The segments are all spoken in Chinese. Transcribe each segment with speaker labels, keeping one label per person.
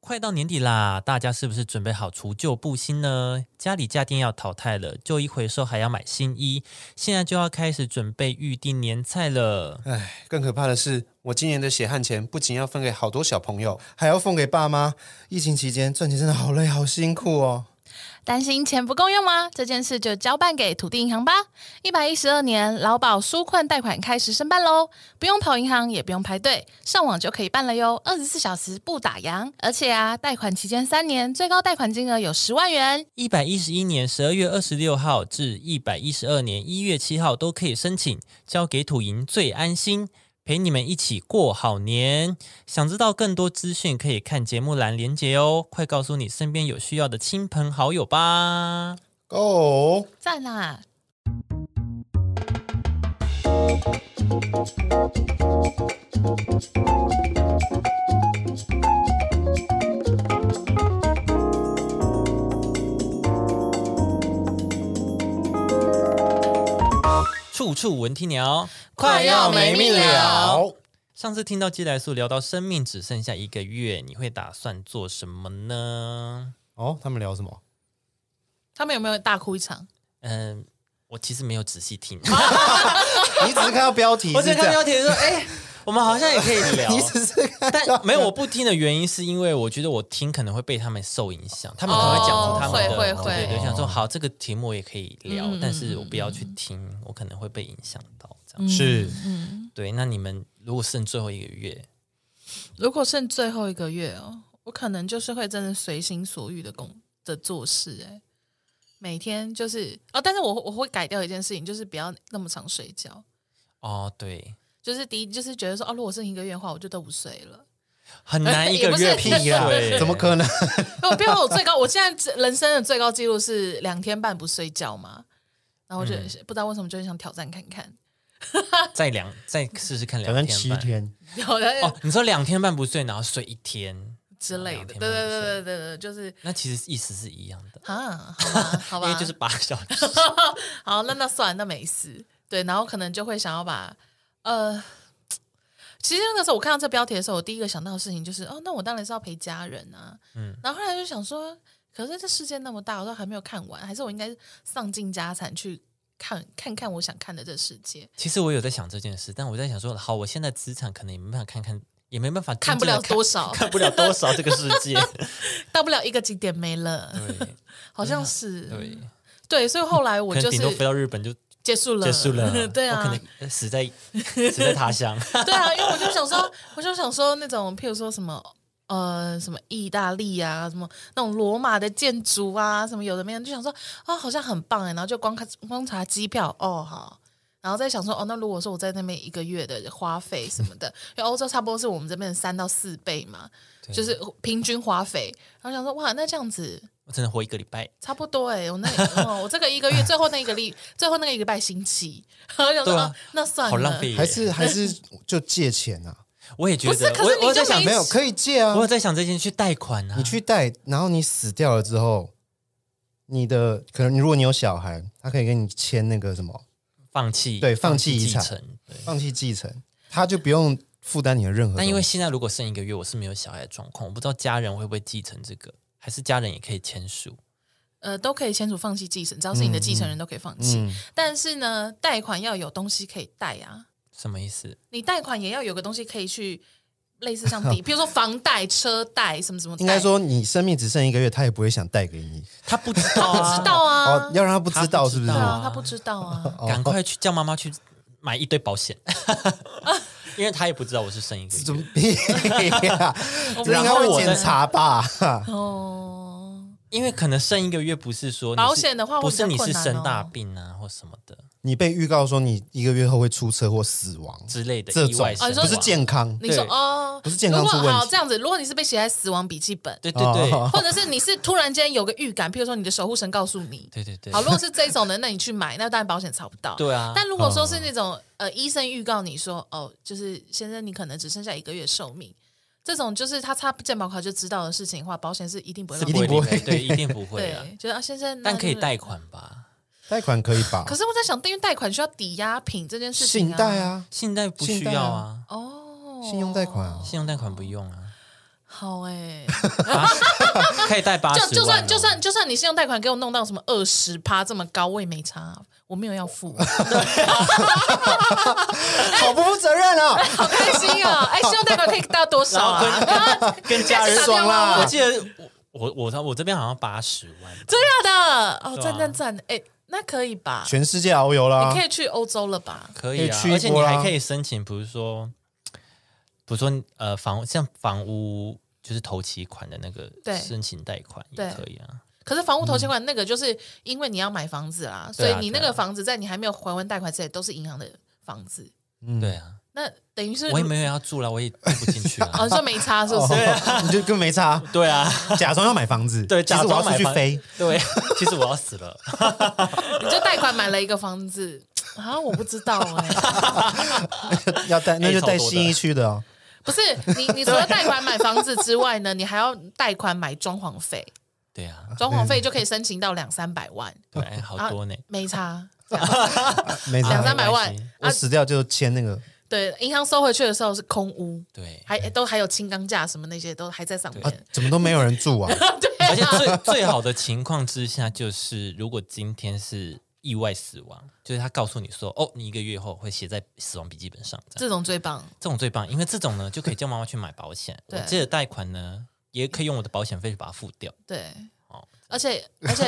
Speaker 1: 快到年底啦，大家是不是准备好除旧布新呢？家里家电要淘汰了，旧衣回收还要买新衣，现在就要开始准备预定年菜了。
Speaker 2: 唉，更可怕的是，我今年的血汗钱不仅要分给好多小朋友，还要奉给爸妈。疫情期间赚钱真的好累，好辛苦哦。
Speaker 3: 担心钱不够用吗？这件事就交办给土地银行吧。一百一十二年劳保纾困贷款开始申办喽，不用跑银行，也不用排队，上网就可以办了哟。二十四小时不打烊，而且啊，贷款期间三年，最高贷款金额有十万元。
Speaker 1: 一百一十一年十二月二十六号至一百一十二年一月七号都可以申请，交给土银最安心，陪你们一起过好年。想知道更多资讯，可以看节目栏连结哦。快告诉你身边有需要的亲朋好友吧。
Speaker 2: 哦，
Speaker 3: 赞啊啦！
Speaker 1: 处处闻啼鸟，
Speaker 3: 快要没命了！
Speaker 1: 上次听到基来素聊到生命只剩下一个月，你会打算做什么呢？
Speaker 2: 哦，他们聊什么？
Speaker 3: 他们有没有大哭一场？
Speaker 1: 嗯，我其实没有仔细 听，，
Speaker 2: 你只是看到标题
Speaker 1: 我只
Speaker 2: 是这
Speaker 1: 看
Speaker 2: 样
Speaker 1: 标题说，哎、我们好像也可以聊。
Speaker 2: 你只是看到
Speaker 1: 但没有，我不听的原因是因为我觉得我听可能会被他们受影响，他们可能会讲出他们的，
Speaker 3: 哦会会
Speaker 1: 对对
Speaker 2: 会
Speaker 1: 对，想说好这个题目我也可以聊，
Speaker 3: 嗯嗯
Speaker 1: 但是我不要去听，我可能会被影响到这样。
Speaker 2: 是
Speaker 3: 嗯
Speaker 1: 对，那你们如果剩最后一个月，
Speaker 3: 如果剩最后一个月哦，我可能就是会真的随心所欲的工的做事、欸，每天就是哦，但是我我会改掉一件事情，就是不要那么常睡觉。
Speaker 1: 哦，对，
Speaker 3: 就是第一，就是觉得说，哦，如果剩一个月的话，我就都不睡了。
Speaker 1: 很难一个
Speaker 3: 也不是
Speaker 1: 月
Speaker 2: 屁
Speaker 1: 呀
Speaker 2: 呀、，怎么可能？
Speaker 3: 我比如哦我最高，我现在人生的最高记录是两天半不睡觉嘛，然后我就、
Speaker 1: 嗯
Speaker 3: 不知道为什么就很想挑战看看。
Speaker 1: 再两再试试看
Speaker 2: 可
Speaker 1: 两
Speaker 2: 能
Speaker 1: 天
Speaker 2: 七
Speaker 1: 半
Speaker 2: 天，
Speaker 3: 然后
Speaker 1: 哦，你说两天半不睡，然后睡一天
Speaker 3: 之类的，
Speaker 1: 两天
Speaker 3: 对对
Speaker 1: 半不睡
Speaker 3: 对对对对，就是
Speaker 1: 那其实意思是一样的，
Speaker 3: 啊，好吧，好
Speaker 1: 因
Speaker 3: 吧，
Speaker 1: 为就是八小时。
Speaker 3: 好，那那算了，那没事。对，然后可能就会想要把呃，其实那个时候我看到这标题的时候，我第一个想到的事情就是，哦，那我当然是要陪家人啊。嗯，然后后来就想说，可是这世界那么大，我都还没有看完，还是我应该丧尽家产去看看看我想看的这世界。
Speaker 1: 其实我有在想这件事，但我在想说，好，我现在资产可能也没办法看看，也没办法
Speaker 3: 看不
Speaker 1: 真正
Speaker 3: 了
Speaker 1: 地
Speaker 3: 多少，
Speaker 1: 看不了多少这个世 界。
Speaker 3: 到不了一个景点没了，
Speaker 1: 嗯对啊
Speaker 3: 好像是
Speaker 1: 对，
Speaker 3: 对，所以后来我
Speaker 1: 可能
Speaker 3: 就
Speaker 1: 顶多飞
Speaker 3: 是
Speaker 1: 到日本就
Speaker 3: 结束了，
Speaker 1: 结束了。
Speaker 3: 对啊，
Speaker 1: 我可能呃死在 死在他乡。
Speaker 3: 对啊，因为我就想说，我就想说那种，譬如说什么。呃，什么意大利啊，什么那种罗马的建筑啊，什么有的没的，就想说啊、好像很棒哎，然后就光看光查机票，哦好，然后再想说哦，那如果说我在那边一个月的花费什么的，因为欧洲差不多是我们这边的三到四倍嘛，就是平均花费，然后想说哇，那这样子
Speaker 1: 我真的活一个礼拜。
Speaker 3: 差不多哎，我那、哦、我这个一个月最后那一个礼，最后那个一个礼拜星期， 然后想说、
Speaker 1: 对啊
Speaker 3: 哦那算了，
Speaker 1: 好浪费耶，
Speaker 2: 还是还是就借钱啊？
Speaker 1: 我也觉
Speaker 3: 不是
Speaker 1: 得，
Speaker 3: 可是
Speaker 1: 我
Speaker 3: 你
Speaker 1: 我有在
Speaker 3: 就
Speaker 1: 想
Speaker 3: 没，
Speaker 2: 没有可以借啊
Speaker 1: 我，有在想这件事去贷款啊。
Speaker 2: 你去贷，然后你死掉了之后，你的可能如果你有小孩，他可以跟你签那个什么
Speaker 1: 放弃，
Speaker 2: 对放弃遗
Speaker 1: 继
Speaker 2: 产
Speaker 1: 承。对
Speaker 2: 放弃继承，他就不用负担你的任何东西。
Speaker 1: 但因为现在如果剩一个月，我是没有小孩的状况，我不知道家人会不会继承这个，还是家人也可以签署。
Speaker 3: 呃，都可以签署放弃继承，只要是你的继承人都可以放弃。
Speaker 2: 嗯，
Speaker 3: 但是呢，贷款要有东西可以贷啊，
Speaker 1: 什么意思？
Speaker 3: 你贷款也要有个东西可以去，类似像 抵，比如说房贷、车贷什么什么贷。
Speaker 2: 应该说你生命只剩一个月，他也不会想带给你。
Speaker 1: 他不知道、啊，
Speaker 3: 知道啊，
Speaker 2: 哦，要让他不知道是不是
Speaker 1: 他不知？道
Speaker 3: 对啊，他不知道啊，
Speaker 1: 哦赶快去叫妈妈去买一堆保 险，因为他也不知道 我是生一个
Speaker 2: 怎
Speaker 1: 月。
Speaker 2: 么屁呀？这 应该
Speaker 1: 然后我
Speaker 2: 会
Speaker 1: 在
Speaker 2: 检查吧？
Speaker 3: 哦，
Speaker 1: 因为可能生一个月不是说你是
Speaker 3: 保险的话会
Speaker 1: 不
Speaker 3: 比较
Speaker 1: 是你是
Speaker 3: 困难哦
Speaker 1: 生大病啊或什么的
Speaker 2: 你被预告说你一个月后会出车祸死亡，
Speaker 1: 之类的
Speaker 2: 这
Speaker 1: 意外啊
Speaker 2: 种
Speaker 1: 身亡，
Speaker 3: 哦你说
Speaker 2: 不是健康，
Speaker 3: 你说
Speaker 1: 对
Speaker 3: 哦，
Speaker 2: 不是健康出
Speaker 3: 如
Speaker 2: 问
Speaker 3: 果
Speaker 2: 题
Speaker 3: 好这样子，如果你是被写在死亡笔记本，
Speaker 1: 对对对、
Speaker 2: 哦
Speaker 3: 或者是你是突然间有个预感，譬如说你的守护神告诉你，
Speaker 1: 对对对，
Speaker 3: 好，如果是这种的，那你去买，那当然保险查不 到。
Speaker 1: 对啊
Speaker 3: 但如果说是那种、呃，医生预告你说，哦，就是先生，你可能只剩下一个月寿命，这种就是他插健保卡就知道的事情的话，保险是一定不会
Speaker 1: 是
Speaker 3: 让
Speaker 1: 不会
Speaker 2: 一定
Speaker 1: 理
Speaker 2: 不会
Speaker 1: 赔对，一定不会啊。
Speaker 3: 对，就是啊，先生，
Speaker 1: 但
Speaker 3: 那
Speaker 1: 可以
Speaker 3: 就是
Speaker 1: 贷。款吧？
Speaker 2: 贷款可以吧
Speaker 3: 可？是我在想，因为贷款需要抵押品这件事情、啊，
Speaker 2: 信贷，啊，
Speaker 1: 信贷不需
Speaker 2: 信贷
Speaker 1: 要
Speaker 2: 啊
Speaker 1: 啊，
Speaker 3: 哦，
Speaker 2: 信用贷款啊，
Speaker 1: 信用贷款不用啊。
Speaker 3: 好 哎、
Speaker 1: 可以贷八十
Speaker 3: 就
Speaker 1: 万、哦，
Speaker 3: 就算就算就算你信用贷款给我弄到什么二十趴这么高，我也没差，我没有 要付，
Speaker 2: 好不负责任啊！
Speaker 3: 好开心啊！哎，信用贷款可以到多少啊？啊
Speaker 1: 跟家人
Speaker 3: 打
Speaker 1: 说，
Speaker 3: 电
Speaker 2: 爽啊
Speaker 3: 话
Speaker 2: 啦
Speaker 1: 我
Speaker 3: 吗
Speaker 1: 记得我我我我这边好像八十万，
Speaker 3: 真的哦，
Speaker 1: 对啊
Speaker 3: 赞赞赞！哎，那可以吧？
Speaker 2: 全世界遨游啦
Speaker 1: 啊
Speaker 3: 你可！以去欧洲了吧？
Speaker 1: 可以啊，
Speaker 2: 可以去一波啊
Speaker 1: 而且你还可以申请，比如说，比如说呃房像房屋就是头期款的那个
Speaker 3: 对
Speaker 1: 申请贷款也
Speaker 3: 对
Speaker 1: 可以啊，
Speaker 3: 可是房屋头期款那个，就是因为你要买房子啦，所
Speaker 1: 对啊
Speaker 3: 以你那
Speaker 1: 对
Speaker 3: 个
Speaker 1: 啊
Speaker 3: 房子在你还没有还完贷款之前，都是银行的房子。
Speaker 2: 嗯
Speaker 1: 对啊，
Speaker 3: 那等于是
Speaker 1: 我也没有要住了，我也住不进去
Speaker 3: 哦，
Speaker 1: 了，
Speaker 3: 你说没差是不是？
Speaker 2: 哦，你就根本 没差，
Speaker 1: 对啊，
Speaker 2: 假装要买房子，
Speaker 1: 对，
Speaker 2: 其
Speaker 1: 假
Speaker 2: 实我要
Speaker 1: 装
Speaker 2: 出
Speaker 1: 买
Speaker 2: 去
Speaker 1: 房
Speaker 2: 飞，，
Speaker 1: 对，啊 其实我要死了，
Speaker 3: 你就贷款买了一个房子啊？我不知道哎、
Speaker 2: 要带那
Speaker 1: 哎
Speaker 2: 就
Speaker 1: 超
Speaker 2: 带
Speaker 1: 多的
Speaker 2: 新一区的哦。
Speaker 3: 不是你，你除了贷款买房子之外呢，你还要贷款买装潢费，
Speaker 1: 对啊，
Speaker 3: 装潢费就可以申请到两三百万，
Speaker 1: 对，哎好多呢，
Speaker 3: 没差，这样
Speaker 2: 没
Speaker 3: 两
Speaker 2: 差
Speaker 3: 三，百万
Speaker 1: 没关系
Speaker 2: 我
Speaker 3: 啊。
Speaker 2: 死掉就签那 个
Speaker 3: 对，银行收回去的时候是空屋，
Speaker 1: 对，
Speaker 3: 还都还有轻钢架什么那些都还在上
Speaker 2: 啊
Speaker 1: 呃
Speaker 3: 面，，
Speaker 2: 怎么都没有人住 啊？
Speaker 1: 而且最最好的情况之下，就是如果今天是意外死亡，就是他告诉你说，哦，你一个月后会写在死亡笔记本上，这样。
Speaker 3: 这种最棒。
Speaker 1: 这种最棒，因为这种呢就可以叫妈妈去买保险，我
Speaker 3: 对
Speaker 1: 借的贷款呢也可以用我的保险费去把它付掉。
Speaker 3: 对
Speaker 1: 哦，
Speaker 3: 而且而且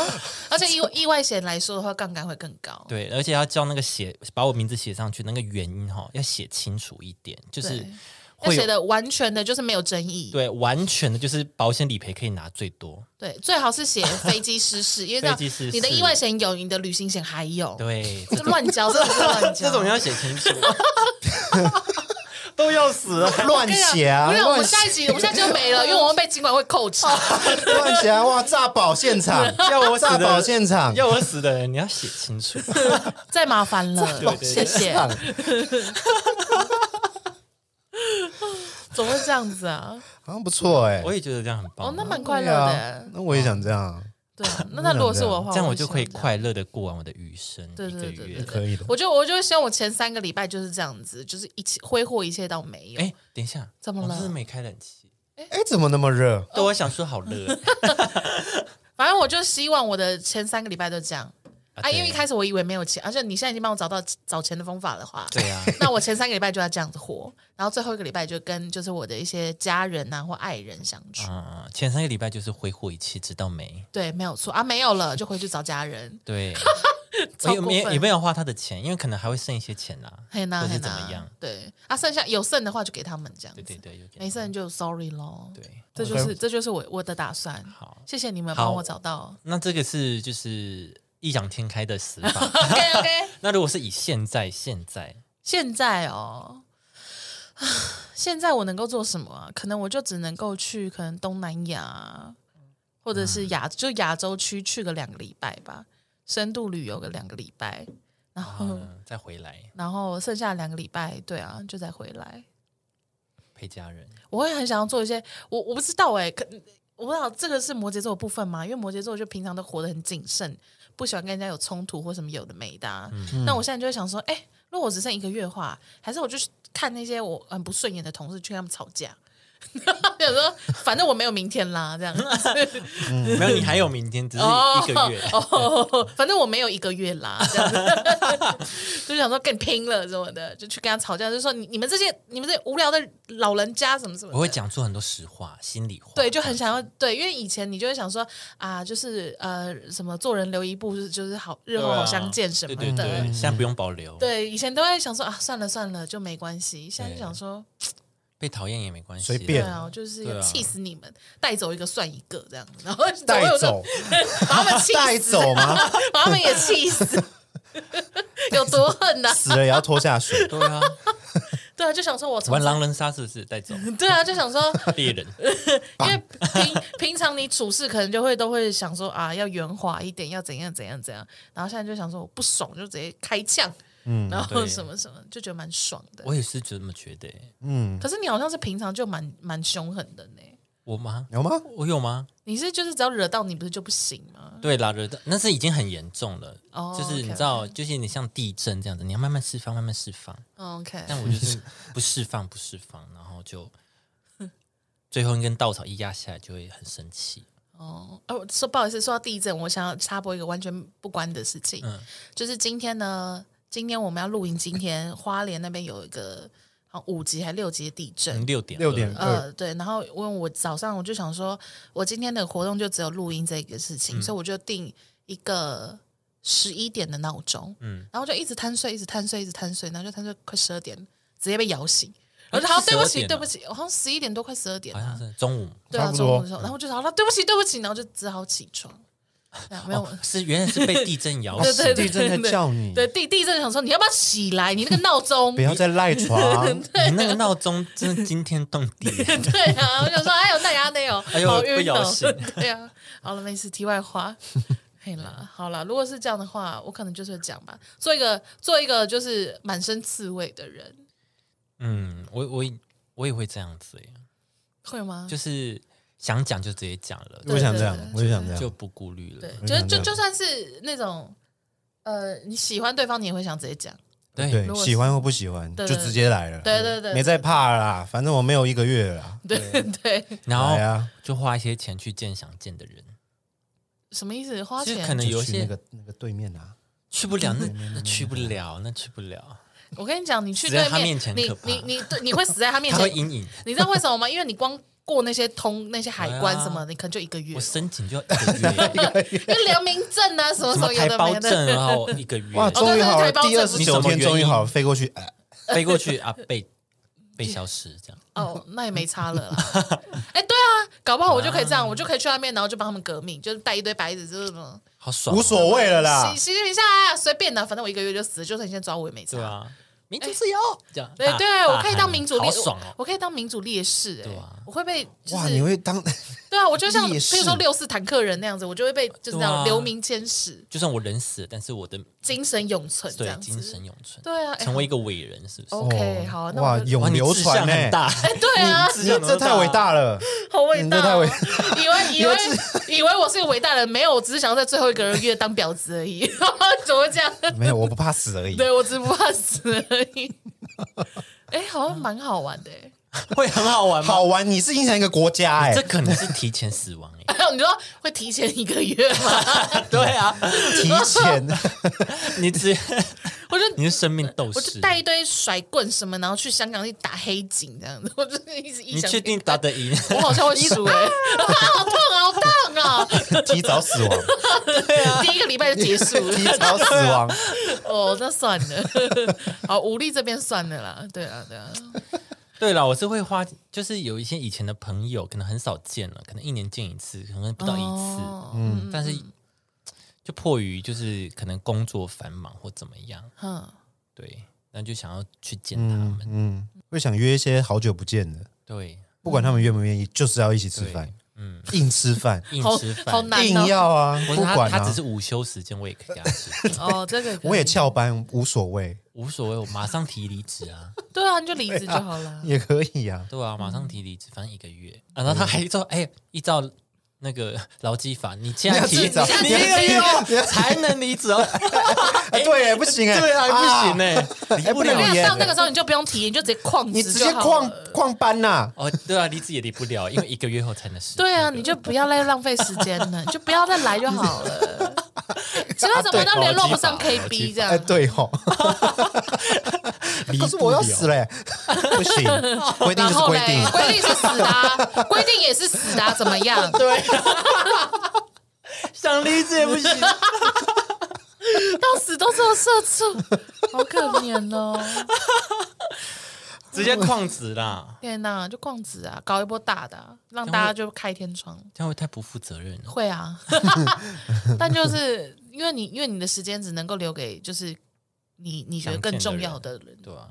Speaker 3: 而且意意外险来说的话，杠杆会更高。
Speaker 1: 对，而且要叫那个写把我名字写上去，那个原因哈、要写清楚一点，就是
Speaker 3: 对要
Speaker 1: 会
Speaker 3: 写
Speaker 1: 有
Speaker 3: 的完全的，就是没有争议。
Speaker 1: 对完全的就是保险理赔可以拿最多。
Speaker 3: 对，最好是写飞机失事，因为这样
Speaker 1: 飞机失事
Speaker 3: 你的意外险有，你的旅行险还有，
Speaker 1: 对，
Speaker 3: 这乱交，这是乱交。
Speaker 1: 这种要写清楚， 都要死了。
Speaker 2: 乱
Speaker 3: 对
Speaker 2: 写啊，
Speaker 3: 不是我
Speaker 2: 乱
Speaker 3: 们
Speaker 2: 写
Speaker 3: 下一集，我们下一集就没了，因为我们被尽管会扣查。
Speaker 1: 哦
Speaker 2: 乱写啊！哇，炸保现场，
Speaker 1: 要我死
Speaker 2: 炸保
Speaker 1: 的，
Speaker 2: 现场，
Speaker 1: 要我死的人，你要写清 楚。
Speaker 3: 再麻烦
Speaker 1: 对
Speaker 3: 了，
Speaker 1: 对对
Speaker 3: 谢 谢。
Speaker 2: 上
Speaker 3: 怎么会这样子啊？
Speaker 2: 好像不错哎。
Speaker 1: 我也觉得这样很棒啊、
Speaker 3: 哦，那蛮快乐
Speaker 2: 对
Speaker 3: 的
Speaker 2: 啊。，那我也想这样，
Speaker 3: 对啊，那那如果是我的话，
Speaker 1: 这样我
Speaker 3: 会
Speaker 1: 就
Speaker 3: 希
Speaker 1: 可以
Speaker 3: 望这样
Speaker 1: 快乐的过完我的余生
Speaker 3: 对
Speaker 1: 一个
Speaker 3: 对对
Speaker 1: 月
Speaker 3: 对。
Speaker 2: 可以的。
Speaker 3: 我就我就会希望我前三个礼拜就是这样子，就是一切挥霍一切到没有。
Speaker 1: 哎，等一下，
Speaker 3: 怎么
Speaker 1: 我
Speaker 3: 了哦
Speaker 1: 是不是没开冷气？
Speaker 2: 哎，怎么那么热？
Speaker 1: 对，我想说好 热
Speaker 3: 反正我就希望我的前三个礼拜都这样啊，因为
Speaker 1: 对
Speaker 3: 一开始我以为没有钱，而且你现在已经帮我找到找钱的方 法的话，
Speaker 1: 对啊，
Speaker 3: 那我前三个礼拜就要这样子活，然后最后一个礼拜就跟就是我的一些家人啊或爱人相处。
Speaker 1: 嗯，前三个礼拜就是挥霍一切，直到没。
Speaker 3: 对，没有错啊，没有了就回去找家人。
Speaker 1: 对，
Speaker 3: 超
Speaker 1: 也
Speaker 3: 过
Speaker 1: 没
Speaker 3: 分
Speaker 1: 也没有花他的钱，因啊为可能还会剩一些钱啦，
Speaker 3: 嘿呐
Speaker 1: 或
Speaker 3: 嘿
Speaker 1: 是
Speaker 3: 呐
Speaker 1: 怎么样？？
Speaker 3: 对啊，剩下有剩的话就给他们这样子，
Speaker 1: 对对对，有点
Speaker 3: 没剩就 sorry 咯。，
Speaker 1: 对。
Speaker 3: 这就是这就是我我的打算。
Speaker 1: 好，
Speaker 3: 谢谢你们
Speaker 1: 好
Speaker 3: 帮我 找到。
Speaker 1: 那这个是就是异想天开的死 法。
Speaker 3: OK OK。
Speaker 1: 那如果是以现在现在，
Speaker 3: 现在哦，唉现在我能够做什么啊？可能我就只能够去可能东南亚，啊或者是亚、就亚洲区去个两个礼拜吧，深度旅游个两个礼拜，然
Speaker 1: 然
Speaker 3: 后、
Speaker 1: 后呢再回来
Speaker 3: 然后剩下两个礼拜，对啊，就再回来。
Speaker 1: 陪家人，
Speaker 3: 我会很想要做一些，我我不知道哎、可我不知道这个是摩羯座的部分吗？因为摩羯座就平常都活得很谨慎，不喜欢跟人家有冲突或什么有的没的、啊。
Speaker 1: 嗯
Speaker 3: 那我现在就会想说，哎、如果我只剩一个月的话，还是我就去看那些我很不顺眼的同事，去跟他们吵架。 想说，反正我没有明天啦，这样。
Speaker 1: 没有你还有明天，只是一个月。
Speaker 3: 哦，反正我没有一个月啦，这样子， 就想说跟你拼了什么的，就去跟他吵架，就说你你们这些你们这些无聊的老人家什么什么的。
Speaker 1: 我会讲出很多实话、心里话。
Speaker 3: 对，就很想要对，因为以前你就会想说啊，就是呃，什么做人留一步，就是就是好，日
Speaker 2: 啊
Speaker 3: 后好相见什么的。
Speaker 1: 对对
Speaker 2: 嗯
Speaker 1: 对，现在不用保留，
Speaker 3: 对以前都会想说啊，算了算了，就没关系。现在就想说，
Speaker 1: 被讨厌也没关系，
Speaker 2: 随
Speaker 3: 对
Speaker 2: 便
Speaker 3: 啊，我就是
Speaker 1: 对啊
Speaker 3: 气死你们，带走一个算一个这样，然后
Speaker 2: 带走，
Speaker 3: 把他们 气
Speaker 2: 带
Speaker 3: 死，
Speaker 2: 走吗？
Speaker 3: 把他们也气死， 有多恨呐、
Speaker 2: 死了也要拖下 水。
Speaker 1: 对啊，
Speaker 3: 对啊，就想说我从
Speaker 1: 玩狼人杀是不是带 走
Speaker 3: 对啊，就想说
Speaker 1: 猎人？
Speaker 3: 因为平 平常你处事可能就会都会想说啊，要圆滑一点，要怎样怎样怎样，然后现在就想说我不爽就直接开呛，嗯， 然后
Speaker 1: 对
Speaker 3: 什么什么就觉得蛮爽的。
Speaker 1: 我也是这么觉得欸、
Speaker 2: 嗯，
Speaker 3: 可是你好像是平常就蛮蛮凶狠的呢，
Speaker 1: 我吗？
Speaker 2: 有吗？
Speaker 1: 我有吗？
Speaker 3: 你是就是只要惹到你不是就不行吗？
Speaker 1: 对啦，惹到那是已经很严重了。
Speaker 3: 哦
Speaker 1: 就是你
Speaker 3: OK，OK
Speaker 1: 知道，就是你像地震这样子，你要慢慢释放，慢慢 释放。
Speaker 3: 嗯 OK，
Speaker 1: 但我就是不释放，不释放，然后就最后一根稻草一压下来，就会很生气。
Speaker 3: 哦，哦，说不好意思，说到地震，我想要插播一个完全不关的事情，
Speaker 1: 嗯
Speaker 3: 就是今天呢，今天我们要录音，今天花莲那边有一个好像五级还六级的地震，
Speaker 1: 嗯，六点
Speaker 2: 六点
Speaker 3: 呃，对，然后因为我早上我就想说，我今天的活动就只有录音这个事
Speaker 1: 嗯
Speaker 3: 情，所以我就定一个十一点的闹钟，
Speaker 1: 嗯
Speaker 3: 嗯，然后就一直贪睡，一直贪睡，一直贪睡，然后就贪睡快十二点，直接被摇醒，
Speaker 1: 哎
Speaker 3: 然后就好
Speaker 1: 是
Speaker 3: 对不
Speaker 1: 12点
Speaker 3: 起，
Speaker 1: 啊哎
Speaker 3: 对不起，我好像十一点多快十二点
Speaker 1: 好像
Speaker 3: 了，
Speaker 1: 是中午
Speaker 3: 对啊，
Speaker 2: 差不
Speaker 3: 中
Speaker 2: 多
Speaker 3: 午的时候，
Speaker 1: 嗯
Speaker 3: 然后我就想到对不起，对不起，然后就只好起床， 对啊没有。
Speaker 1: 哦，是原来是被地震摇
Speaker 3: 对
Speaker 1: 醒。
Speaker 3: 对对
Speaker 2: 哦地震在
Speaker 3: 对
Speaker 2: 叫你，
Speaker 3: 对地地震想说你要不要起来？你那个闹钟
Speaker 2: 不 要再赖床。
Speaker 1: 你那个闹钟真的惊天动地，
Speaker 3: 对啊，我想说，哎呦，那牙那有，
Speaker 1: 哎呦
Speaker 3: 好晕
Speaker 1: 被咬
Speaker 3: 哦
Speaker 1: 醒。
Speaker 3: 对啊，好了，没事，题外话。 嘿啦，好啦，如果是这样的话，我可能就是讲吧，做一个做一个就是满身刺猬的人，
Speaker 1: 嗯，我我也我也会这样子耶，
Speaker 3: 会吗？
Speaker 1: 就是想讲就直接讲了，
Speaker 2: 我也想这样
Speaker 3: 嗯对对，对
Speaker 2: 我也想这
Speaker 1: 就
Speaker 2: 样。
Speaker 1: 不顾虑了
Speaker 3: 对。，
Speaker 2: 我
Speaker 3: 就
Speaker 2: 想这
Speaker 3: 就
Speaker 2: 样
Speaker 3: 就算是那种，呃，你喜欢对方，你也会想直接讲。
Speaker 1: 对
Speaker 2: 对
Speaker 3: 如，果是
Speaker 2: 喜欢或不喜欢，就
Speaker 3: 对对
Speaker 2: 直接来了。
Speaker 1: 嗯
Speaker 3: 对对对，
Speaker 2: 没在怕了啦，反正我没有一个月了啦。
Speaker 3: 对对，
Speaker 1: 然
Speaker 2: 来
Speaker 1: 后
Speaker 2: 啊，
Speaker 1: 就花一些钱去见想见的人，
Speaker 3: 什么意思？花
Speaker 1: 其实
Speaker 3: 钱
Speaker 1: 可？能有
Speaker 2: 就去那
Speaker 1: 些
Speaker 2: 个那个对面 啊，
Speaker 1: 去不了，那那去不了，那去不了，
Speaker 3: 我跟你讲，你去
Speaker 1: 死在
Speaker 3: 对
Speaker 1: 他面前
Speaker 3: 你
Speaker 1: 可怕
Speaker 3: 你你对，你会死在他面
Speaker 1: 他会
Speaker 3: 前。
Speaker 1: 阴影。
Speaker 3: 你知道为什么吗？因为你光过那些通、那些海关 什么，
Speaker 1: 哎呀
Speaker 3: 你可能就一个月
Speaker 1: 我
Speaker 3: 了。
Speaker 1: 申请就要一个月，
Speaker 3: 因为良民证啊，什么
Speaker 1: 什
Speaker 3: 什
Speaker 1: 么
Speaker 3: 么 有
Speaker 1: 台
Speaker 3: 的
Speaker 1: 胞
Speaker 3: 没的，
Speaker 1: 证，然 后一个月
Speaker 2: 哇， 终于好
Speaker 3: 对
Speaker 2: 了，
Speaker 3: 对对
Speaker 2: 第二十
Speaker 1: 你什
Speaker 2: 九
Speaker 1: 么
Speaker 2: 天终于
Speaker 1: 原因
Speaker 2: 好了，飞过去，哎，
Speaker 1: 飞过去啊，被被消失这样。
Speaker 3: 哦，那也没差了啦。哎、对啊，搞不好我就可以这样，我就可以去外面，然后就帮他们革命，就是带一堆白纸，就是什么
Speaker 1: 好爽哦，
Speaker 2: 呃无所谓了啦
Speaker 3: 洗。洗一下啊，随便的，反正我一个月就死了，就算你现在抓我也没差。
Speaker 1: 对啊，民主自由，这样
Speaker 3: 哎对
Speaker 1: 大
Speaker 3: 对，啊
Speaker 1: 大
Speaker 3: 我可以
Speaker 1: 喊
Speaker 3: 当民主
Speaker 1: 好
Speaker 3: 烈，
Speaker 1: 爽哦
Speaker 3: 我，我可以当民主烈士、哎、
Speaker 1: 对啊
Speaker 3: 我会被就
Speaker 2: 哇，你
Speaker 3: 是
Speaker 2: 会当
Speaker 3: 对啊，我就像
Speaker 2: 烈士
Speaker 3: 譬如说六四坦克人那样子，我就会被就是那
Speaker 1: 对啊
Speaker 3: 种留名千史，
Speaker 1: 就算我人死了，但是我的
Speaker 3: 精神永存这
Speaker 1: 对
Speaker 3: 样子。
Speaker 1: 精神永存，
Speaker 3: 对啊，哎
Speaker 1: 成为一个伟人，是不是？
Speaker 3: OK 好，那
Speaker 2: 哦哇，
Speaker 3: 我就
Speaker 1: 哇，
Speaker 2: 永
Speaker 1: 你
Speaker 2: 流
Speaker 1: 志
Speaker 2: 传
Speaker 1: 向很
Speaker 2: 呢，
Speaker 1: 大，
Speaker 3: 对啊，
Speaker 1: 志
Speaker 2: 你
Speaker 1: 向
Speaker 2: 这太伟大了。
Speaker 3: 好伟大、
Speaker 2: 你这太
Speaker 3: 哦
Speaker 2: 伟！
Speaker 3: 以为以为以为我是个伟大人，没有，我只是想要在最后一个月当婊子而已。 怎么会这样？
Speaker 2: 没有，我不怕死而已。
Speaker 3: 对我只不怕死而已。哎、好像蛮好玩的、欸。
Speaker 1: 会很好玩吗？
Speaker 2: 好玩，你是影响一个国家哎
Speaker 1: 这，可能是提前死亡 哎、
Speaker 3: 你说会提前一个月吗？
Speaker 1: 对啊，
Speaker 2: 提前
Speaker 1: 你只
Speaker 3: 我就
Speaker 1: 你是生命斗
Speaker 3: 我就
Speaker 1: 士，
Speaker 3: 带一堆甩棍什么，然后去香港去打黑警这样子。我就是一直一
Speaker 1: 你
Speaker 3: 想，
Speaker 1: 确定打得赢？
Speaker 3: 我好像会输哎、啊 好痛啊，好痛啊！
Speaker 2: 提早 死亡，
Speaker 1: 啊
Speaker 3: 第一个礼拜就结束了。
Speaker 2: 提早死亡，
Speaker 3: 哦，那算了， 好，武力这边算了啦，对啊，对啊，
Speaker 1: 对了，我是会花，就是有一些以前的朋友，可能很少见了，可能一年见一次，可能不到一次，
Speaker 3: 嗯
Speaker 1: 嗯，但是就迫于就是可能工作繁忙或怎么样，
Speaker 3: 哼，
Speaker 1: 对，那就想要去见他们，
Speaker 2: 嗯，会想约一些好久不见的，
Speaker 1: 对，
Speaker 2: 不管他们愿不愿意，就是要一起吃
Speaker 1: 对
Speaker 2: 饭，，
Speaker 1: 嗯，
Speaker 2: 硬吃 饭，
Speaker 1: 硬
Speaker 3: 好
Speaker 1: 吃
Speaker 3: 好
Speaker 1: 饭，
Speaker 3: 难
Speaker 2: 硬要啊，
Speaker 1: 不
Speaker 2: 不
Speaker 1: 是他，
Speaker 2: 管
Speaker 1: 他只
Speaker 2: 啊
Speaker 1: 是，午休时间我也可以给他吃，
Speaker 3: 哦，这个可以
Speaker 2: 我也翘班无所谓，
Speaker 1: 无所谓，我马上提离职啊，
Speaker 3: 对啊，你就离职就好 了。
Speaker 2: 也可以啊。
Speaker 1: 对啊，马上提离职，反正一个月啊，然后他还说，哎，依照那个劳基法，你现在
Speaker 2: 要
Speaker 1: 提，
Speaker 2: 提早
Speaker 1: 你
Speaker 2: 你要
Speaker 1: 一个
Speaker 2: 提
Speaker 1: 月
Speaker 2: 早
Speaker 1: 后才能离职哦，
Speaker 2: 哎，对耶，不行哎，
Speaker 1: 对啊，不行
Speaker 2: 哎，
Speaker 1: 呢，离不
Speaker 2: 不能
Speaker 1: 了
Speaker 2: 离。
Speaker 3: 那到那个时候你就不用提，你就直接旷
Speaker 2: 你
Speaker 3: 职
Speaker 2: 直
Speaker 3: 就
Speaker 2: 接
Speaker 3: 好
Speaker 2: 旷
Speaker 3: 了。
Speaker 2: 旷班呐，
Speaker 1: 哦，对啊，离职也离不了，因为一个月后才能实。
Speaker 3: 对啊，你就不要再浪费时间了，就不要再来就好了。知道怎么都联络不上
Speaker 1: 啊对
Speaker 3: KB 这样
Speaker 2: 哎，，对吼，可是我要死嘞，不 行，规定
Speaker 3: 然
Speaker 2: 就是
Speaker 3: 后
Speaker 2: 规
Speaker 3: 嘞
Speaker 2: 定，，
Speaker 3: 规定是死的啊，规定也是死的啊，怎么样？
Speaker 1: 对，想离职也不行。
Speaker 3: 到死都只有社畜，好可怜哦！
Speaker 1: 直接旷职啦，
Speaker 3: 天哪，就旷职啊，搞一波大的啊，让大家就开天窗。
Speaker 1: 这样会太不负责任了。
Speaker 3: 会 啊，但就是因为你，因为你的时间只能够留给就是你你觉得更重要的人，
Speaker 1: 对啊，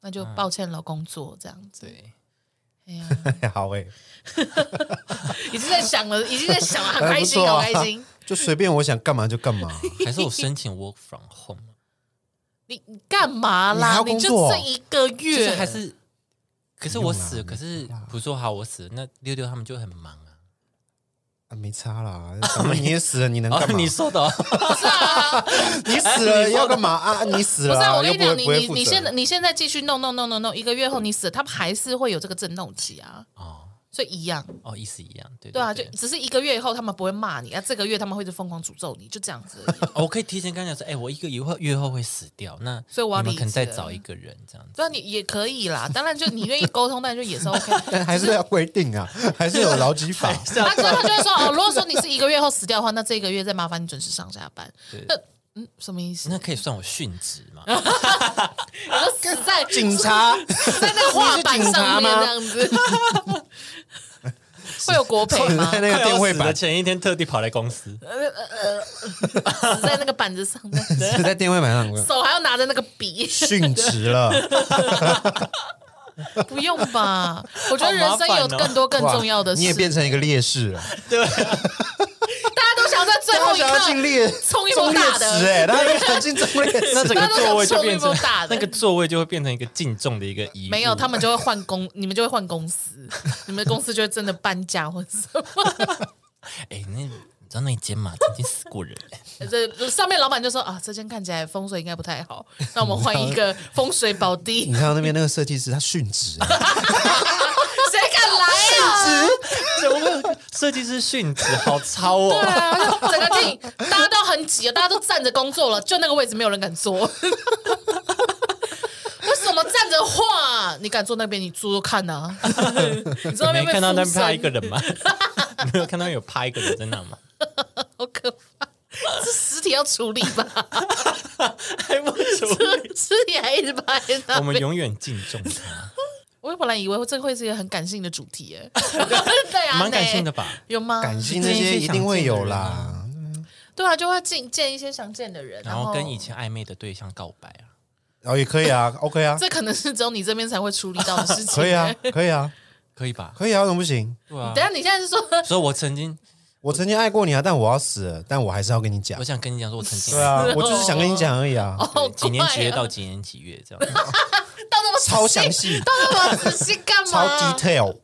Speaker 3: 那就抱歉了，工作这样子。
Speaker 1: 对，
Speaker 3: 哎呀，
Speaker 2: 好哎，
Speaker 3: 已经在 想了，已经在想了，很
Speaker 2: 还
Speaker 3: 开
Speaker 2: 不
Speaker 3: 心，哦
Speaker 2: 错啊
Speaker 3: 好开心。
Speaker 2: 就随便我想干嘛就干嘛。
Speaker 1: 还是我申请 work from home，啊
Speaker 3: 你你干嘛
Speaker 2: 你还
Speaker 3: 啦
Speaker 2: 要？
Speaker 3: 你
Speaker 2: 工
Speaker 3: 就
Speaker 2: 作
Speaker 3: 这一个
Speaker 1: 就是
Speaker 3: 月，
Speaker 1: 还是，可是我死，
Speaker 2: 不用啦
Speaker 1: 可是不说好我死，那六六他们就很忙啊。
Speaker 2: 啊没差啦，反正你也死了，你能
Speaker 1: 哦
Speaker 2: 干，嘛？
Speaker 1: 你说的哦，
Speaker 3: 是啊，
Speaker 2: 你死了要干嘛啊？你死
Speaker 3: 不
Speaker 2: 了
Speaker 3: 是啊，
Speaker 2: 啊，
Speaker 3: 我跟
Speaker 2: 又
Speaker 3: 你
Speaker 2: 不会
Speaker 3: 讲，你
Speaker 2: 不会
Speaker 3: 你
Speaker 2: 负
Speaker 3: 你现在
Speaker 2: 责。
Speaker 3: 你现在继续弄弄弄弄弄，一个月后你死了，他们还是会有这个震动期啊，
Speaker 1: 哦
Speaker 3: 所以一样。
Speaker 1: 哦，意思一样，对
Speaker 3: 对啊，就
Speaker 1: 对
Speaker 3: 只是一个月以后他们不会骂你，啊，这个月他们会一直疯狂诅咒你，就这样子而已。
Speaker 1: 哦我可以提前跟他讲说，哎，我一个以后月后会死掉，那
Speaker 3: 所以我要
Speaker 1: 你们
Speaker 3: 离
Speaker 1: 可能再
Speaker 3: 职了
Speaker 1: 找一个人这 样子。
Speaker 3: 对啊，你也可以啦，当然就你愿意沟通，当然就也是 OK。
Speaker 2: 但还是要规定啊，还是有劳基法。
Speaker 3: 啊，之后他就会说哦，如果说你是一个月后死掉的话，那这个月再麻烦你准时上下班。
Speaker 1: 对
Speaker 3: 那嗯，什么意思？
Speaker 1: 那可以算我殉职吗？
Speaker 3: 我就死在
Speaker 2: 警察，
Speaker 3: 死在那个画板上面
Speaker 2: 你是警察吗
Speaker 3: 这样子，会有国赔吗？
Speaker 2: 在那个电
Speaker 1: 快要
Speaker 2: 绘
Speaker 1: 死的
Speaker 2: 板，
Speaker 1: 前一天特地跑来公司，
Speaker 3: 死在那个板子上面，
Speaker 2: 是在电绘板上
Speaker 3: 手还要拿着那个笔，
Speaker 2: 殉职了。
Speaker 3: 不用吧？我觉得人生
Speaker 1: 好麻
Speaker 3: 有
Speaker 1: 烦哦
Speaker 3: 更多更
Speaker 2: 哇
Speaker 3: 重要的事，
Speaker 2: 你也变成一个烈士了，
Speaker 3: 大家都想在最后
Speaker 2: 他
Speaker 3: 一
Speaker 2: 啊想要进
Speaker 3: 刻，
Speaker 2: 烈
Speaker 3: 冲一波
Speaker 2: 中烈
Speaker 3: 大的
Speaker 2: 池哎，他想进中 烈池，
Speaker 1: 那整个座位就变成
Speaker 3: 大家都想说一波大的
Speaker 1: 那个座位就会变成一个敬重的一个仪。
Speaker 3: 没有，他们就会换公，你们就会换公司，你们公司就会真的搬家或者什
Speaker 1: 哎，那你知道那一间嘛，曾经死 过人。
Speaker 3: 么。这上面老板就说啊，这间看起来风水应该不太好，那我们换 一个风水宝地
Speaker 2: 你，看到那边那个设计师， 他殉职哎，
Speaker 3: 谁敢来啊？
Speaker 1: 我们设计师殉职，好糙
Speaker 3: 对
Speaker 1: 哦！
Speaker 3: 啊，整个厅大家都很挤，大家都站着工作了，就那个位置没有人敢坐。 为什么站着画？你敢坐那边？你坐坐看呐、啊！ 你坐那
Speaker 1: 没
Speaker 3: 边被
Speaker 1: 看到那
Speaker 3: 附
Speaker 1: 边
Speaker 3: 身
Speaker 1: 趴一个人吗？ 没有看到有趴一个人在那吗？
Speaker 3: 好可怕！这尸体要处理吧？
Speaker 1: 还不足，
Speaker 3: 这尸体还一直摆在那边。
Speaker 1: 我们永远敬 重他，
Speaker 3: 我本来以为这会是一个很感性的主题 耶，对啊，
Speaker 1: 蛮感性的，吧？
Speaker 3: 有吗？
Speaker 2: 感性那些一定会有啦。
Speaker 3: 对啊，就会见见一些想见的人，
Speaker 1: 然
Speaker 3: 后
Speaker 1: 后跟以前暧昧的对象告白啊，
Speaker 2: 然后也可以啊，OK 啊，
Speaker 3: 这可能是只有你这边才会处理到的事 情，欸
Speaker 2: 可以啊，可以啊，
Speaker 1: 可以吧？
Speaker 2: 可以啊，怎么不行？
Speaker 1: 对啊
Speaker 3: 等一。下你现在是说
Speaker 1: 所以我曾经，
Speaker 2: 我曾经爱过你啊，但我要死了，但我还是要跟你讲
Speaker 1: 我。想跟你讲说，我曾经
Speaker 2: 对 啊，
Speaker 3: 哦
Speaker 2: 我就是想跟你讲而已啊，
Speaker 1: 对 几年几月
Speaker 3: 好怪
Speaker 1: 到
Speaker 3: 啊
Speaker 1: 几年几月这样。
Speaker 3: 到那么仔细
Speaker 2: 超详，细，
Speaker 3: 到那么仔细干
Speaker 2: 超
Speaker 3: 嘛？啊
Speaker 2: detail。
Speaker 3: 哦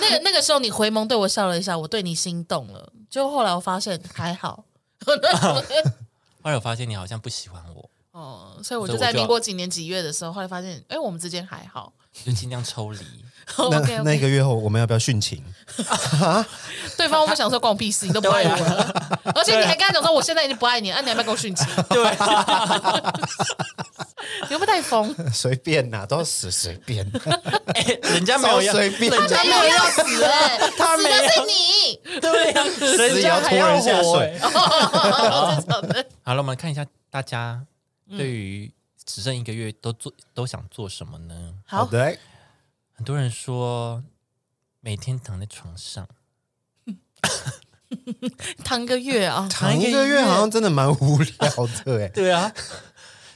Speaker 3: 那个那个时候你回眸对我笑了一下，我对你心动了，就后来我发现还好。
Speaker 1: 后来我发现你好像不喜欢我，
Speaker 3: 哦，所以我
Speaker 1: 所以我
Speaker 3: 就在
Speaker 1: 就要
Speaker 3: 民国几年几月的时候，后来发现，哎，我们之间还好。
Speaker 1: 就尽量抽离。
Speaker 2: 那
Speaker 3: OK，
Speaker 2: 那个月后，我们要不要殉情？
Speaker 3: 对方会不会想说关我屁事，你都不爱我了， 而且你还跟他讲说我现在已经不爱你了，那你还不要跟我 殉情？
Speaker 1: 对、
Speaker 3: 你会不会太疯？
Speaker 2: 随便呐，都要死随便。
Speaker 1: 哎人家没有要
Speaker 2: 超随便
Speaker 1: 人家
Speaker 3: 没有要死哎、
Speaker 1: 他
Speaker 3: 死
Speaker 1: 没有
Speaker 3: 的是你。
Speaker 1: 对呀、人
Speaker 2: 死也要
Speaker 1: 家还要
Speaker 2: 拖人下
Speaker 1: 活
Speaker 2: 水
Speaker 3: 欸
Speaker 1: 哎
Speaker 3: 这种的
Speaker 1: 好了，我们来看一下大家对于只剩一个月都做都想做什么呢？
Speaker 2: 好
Speaker 3: 好，
Speaker 2: 的，
Speaker 1: 很多人说每天躺在床上，
Speaker 3: 躺一个月啊，
Speaker 2: 躺一个月好像真的蛮无聊的哎。
Speaker 1: 对啊，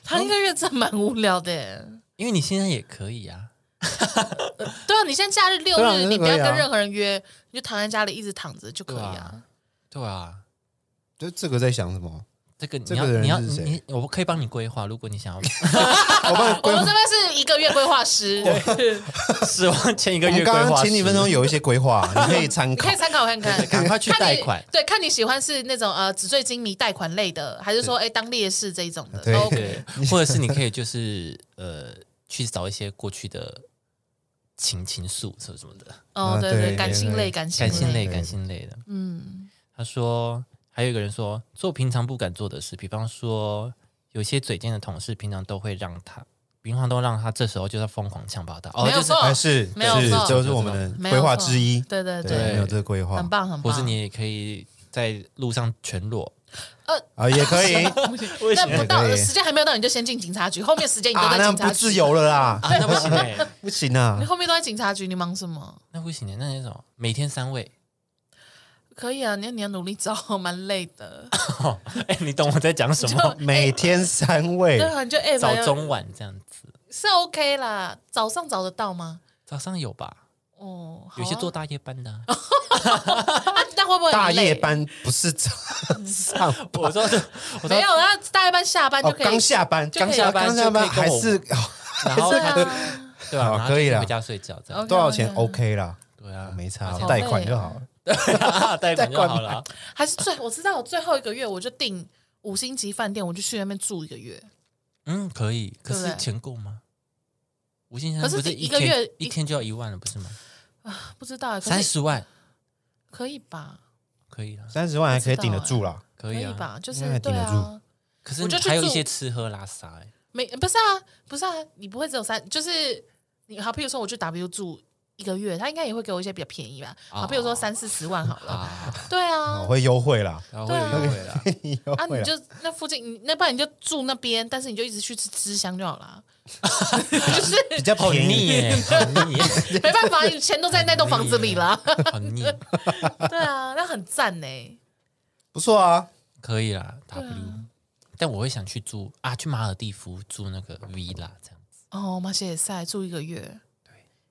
Speaker 3: 躺一个月真的蛮无聊的耶。
Speaker 1: 因为你现在也可以啊，
Speaker 3: 对啊，你现在假日六
Speaker 2: 对啊
Speaker 3: 日，
Speaker 2: 那
Speaker 3: 你不
Speaker 2: 可
Speaker 3: 要
Speaker 2: 以啊
Speaker 3: 跟任何人约，你就躺在家里一直躺着就可以
Speaker 1: 对
Speaker 3: 啊
Speaker 1: 啊。对啊。
Speaker 2: 就这个在想什么？
Speaker 1: 这个你
Speaker 2: 这个
Speaker 1: 要
Speaker 2: 人
Speaker 1: 你要
Speaker 2: 是
Speaker 1: 你
Speaker 2: 谁
Speaker 1: 你我可以帮你规划，如果你想要
Speaker 2: 我帮你
Speaker 3: 我
Speaker 2: 规
Speaker 3: 们
Speaker 2: 划。
Speaker 3: 这边是一个月规划师， 你
Speaker 1: 死亡前一个
Speaker 2: 我
Speaker 1: 月
Speaker 2: 们
Speaker 1: 规
Speaker 2: 刚
Speaker 1: 划
Speaker 2: 刚
Speaker 1: 师，
Speaker 2: 前几分钟有一些规划，你可以参考
Speaker 3: 可以。参考看 看。
Speaker 1: 赶快去
Speaker 3: 看你
Speaker 1: 贷款，
Speaker 3: 对，看你喜欢是那种呃纸醉金迷贷款类的，还是说哎当烈士这一种的
Speaker 2: 对
Speaker 3: 都 OK。
Speaker 1: 对，或者是你可以就是呃去找一些过去的情情愫什么什么的，
Speaker 3: 哦，
Speaker 2: 啊
Speaker 3: 对对，
Speaker 2: 对
Speaker 3: 感性
Speaker 2: 对
Speaker 3: 类，感性
Speaker 1: 感性
Speaker 3: 类，
Speaker 1: 类感性类的。
Speaker 3: 嗯，
Speaker 1: 他说，还有一个人说，做平常不敢做的事，比方说，有些嘴贱的同事，平常都会让他，平常都让他这时候就在疯狂呛爆他，哦，
Speaker 3: 没有
Speaker 1: 就是
Speaker 3: 错
Speaker 2: 还哎是
Speaker 3: 没有
Speaker 2: 是
Speaker 3: 错
Speaker 2: 就是我们的规划之一。
Speaker 3: 对对
Speaker 2: 对，
Speaker 3: 对，
Speaker 2: 没有这个规划
Speaker 3: 很棒很棒。
Speaker 1: 或是你也可以在路上全裸，
Speaker 2: 啊，也可以啊，
Speaker 3: 那不到
Speaker 2: 可以
Speaker 3: 时间还没有到，你就先进警察局。后面时间你都在
Speaker 2: 啊那
Speaker 3: 警察局，
Speaker 2: 不自由了啦，
Speaker 1: 啊，那不行哎、
Speaker 2: 不行啊
Speaker 3: 你。后面都在警察局，你忙什么？
Speaker 1: 那不行哎、那那种每天三位，
Speaker 3: 可以啊，你要你要努力找，蛮累的。
Speaker 1: 哦哎、你懂我在讲什么？
Speaker 2: 每天三位
Speaker 3: 对，啊，你就哎，
Speaker 1: 早
Speaker 3: 反正
Speaker 1: 中晚这样子，
Speaker 3: 是 OK 啦，早上找得到吗？
Speaker 1: 早上有吧？
Speaker 3: 哦，好啊
Speaker 1: 有些做大夜班的啊、
Speaker 3: 啊，那会不会很
Speaker 2: 大夜
Speaker 3: 累？
Speaker 2: 班不是早上班
Speaker 1: 我说，我说，
Speaker 3: 没有，那大夜班下班就
Speaker 2: 哦，
Speaker 3: 可以。
Speaker 2: 刚下班，
Speaker 3: 就可
Speaker 2: 刚
Speaker 3: 以
Speaker 2: 下
Speaker 1: 就
Speaker 2: 刚
Speaker 1: 可以
Speaker 2: 下班
Speaker 1: 跟我
Speaker 2: 还是哦
Speaker 1: 然后
Speaker 3: 对
Speaker 1: 他就
Speaker 3: 啊，
Speaker 1: 对啊，
Speaker 2: 好
Speaker 1: 然后
Speaker 2: 可以
Speaker 1: 就
Speaker 2: 啦哦
Speaker 1: 回家睡觉这样，
Speaker 3: OK
Speaker 2: 多少钱
Speaker 3: 好
Speaker 2: ？OK 啦，
Speaker 1: 对啊，
Speaker 2: 没差
Speaker 1: 而且，
Speaker 2: 贷款就好了。
Speaker 1: 贷款就好了。啊
Speaker 3: 还是最我 知道，我最后一个月我就订五星级饭店，我就去那边住一个月。
Speaker 1: 嗯，可以。可
Speaker 3: 对
Speaker 1: 是
Speaker 3: 不对
Speaker 1: 钱够吗？吴先生
Speaker 3: 可是
Speaker 1: 不是
Speaker 3: 一
Speaker 1: 一
Speaker 3: 个
Speaker 1: 天
Speaker 3: 月
Speaker 1: 一
Speaker 3: 一
Speaker 1: 天就要一万了，不是吗？
Speaker 3: 不知道欸，可
Speaker 1: 三
Speaker 3: 是
Speaker 1: 十万
Speaker 3: 可以吧？
Speaker 1: 可以了，
Speaker 2: 三十万还可以顶得住啦。
Speaker 1: 可以啊。
Speaker 3: 吧？就
Speaker 2: 应该
Speaker 3: 是
Speaker 2: 还
Speaker 3: 对
Speaker 2: 顶得
Speaker 3: 啊，
Speaker 1: 可是
Speaker 3: 我就去
Speaker 1: 还有一
Speaker 3: 住
Speaker 1: 些吃喝拉撒哎，
Speaker 3: 没不是啊，不是啊，你不会只有三，就是你好，譬如说我去 W 住一个月，他应该也会给我一些比较便宜吧？好，譬如说三四十万好了，
Speaker 1: 哦 啊，
Speaker 3: 对啊
Speaker 2: 哦，，会优惠啦，
Speaker 1: 然后会
Speaker 3: 对
Speaker 1: 有
Speaker 3: 啊
Speaker 1: 优惠啦。
Speaker 2: 优
Speaker 3: 啊，
Speaker 2: 惠
Speaker 3: 你
Speaker 2: 啦。
Speaker 3: 就那附近，你那不然你就住那边，但是你就一直去吃吃香就好 啦。就是
Speaker 2: 比较
Speaker 1: 好
Speaker 2: 便
Speaker 1: 腻啊
Speaker 2: 宜，
Speaker 1: 耶，好腻耶，欸
Speaker 3: 没办法，你钱都在那栋房子 里啦。
Speaker 1: 好 腻，
Speaker 3: 对啊，那很赞呢。
Speaker 2: 不错啊。
Speaker 1: 可以啦
Speaker 3: 对啊
Speaker 1: ，W。但我会想去住啊，去马尔蒂夫住那个 villa 这样子，
Speaker 3: 哦，马歇尔塞住一个月，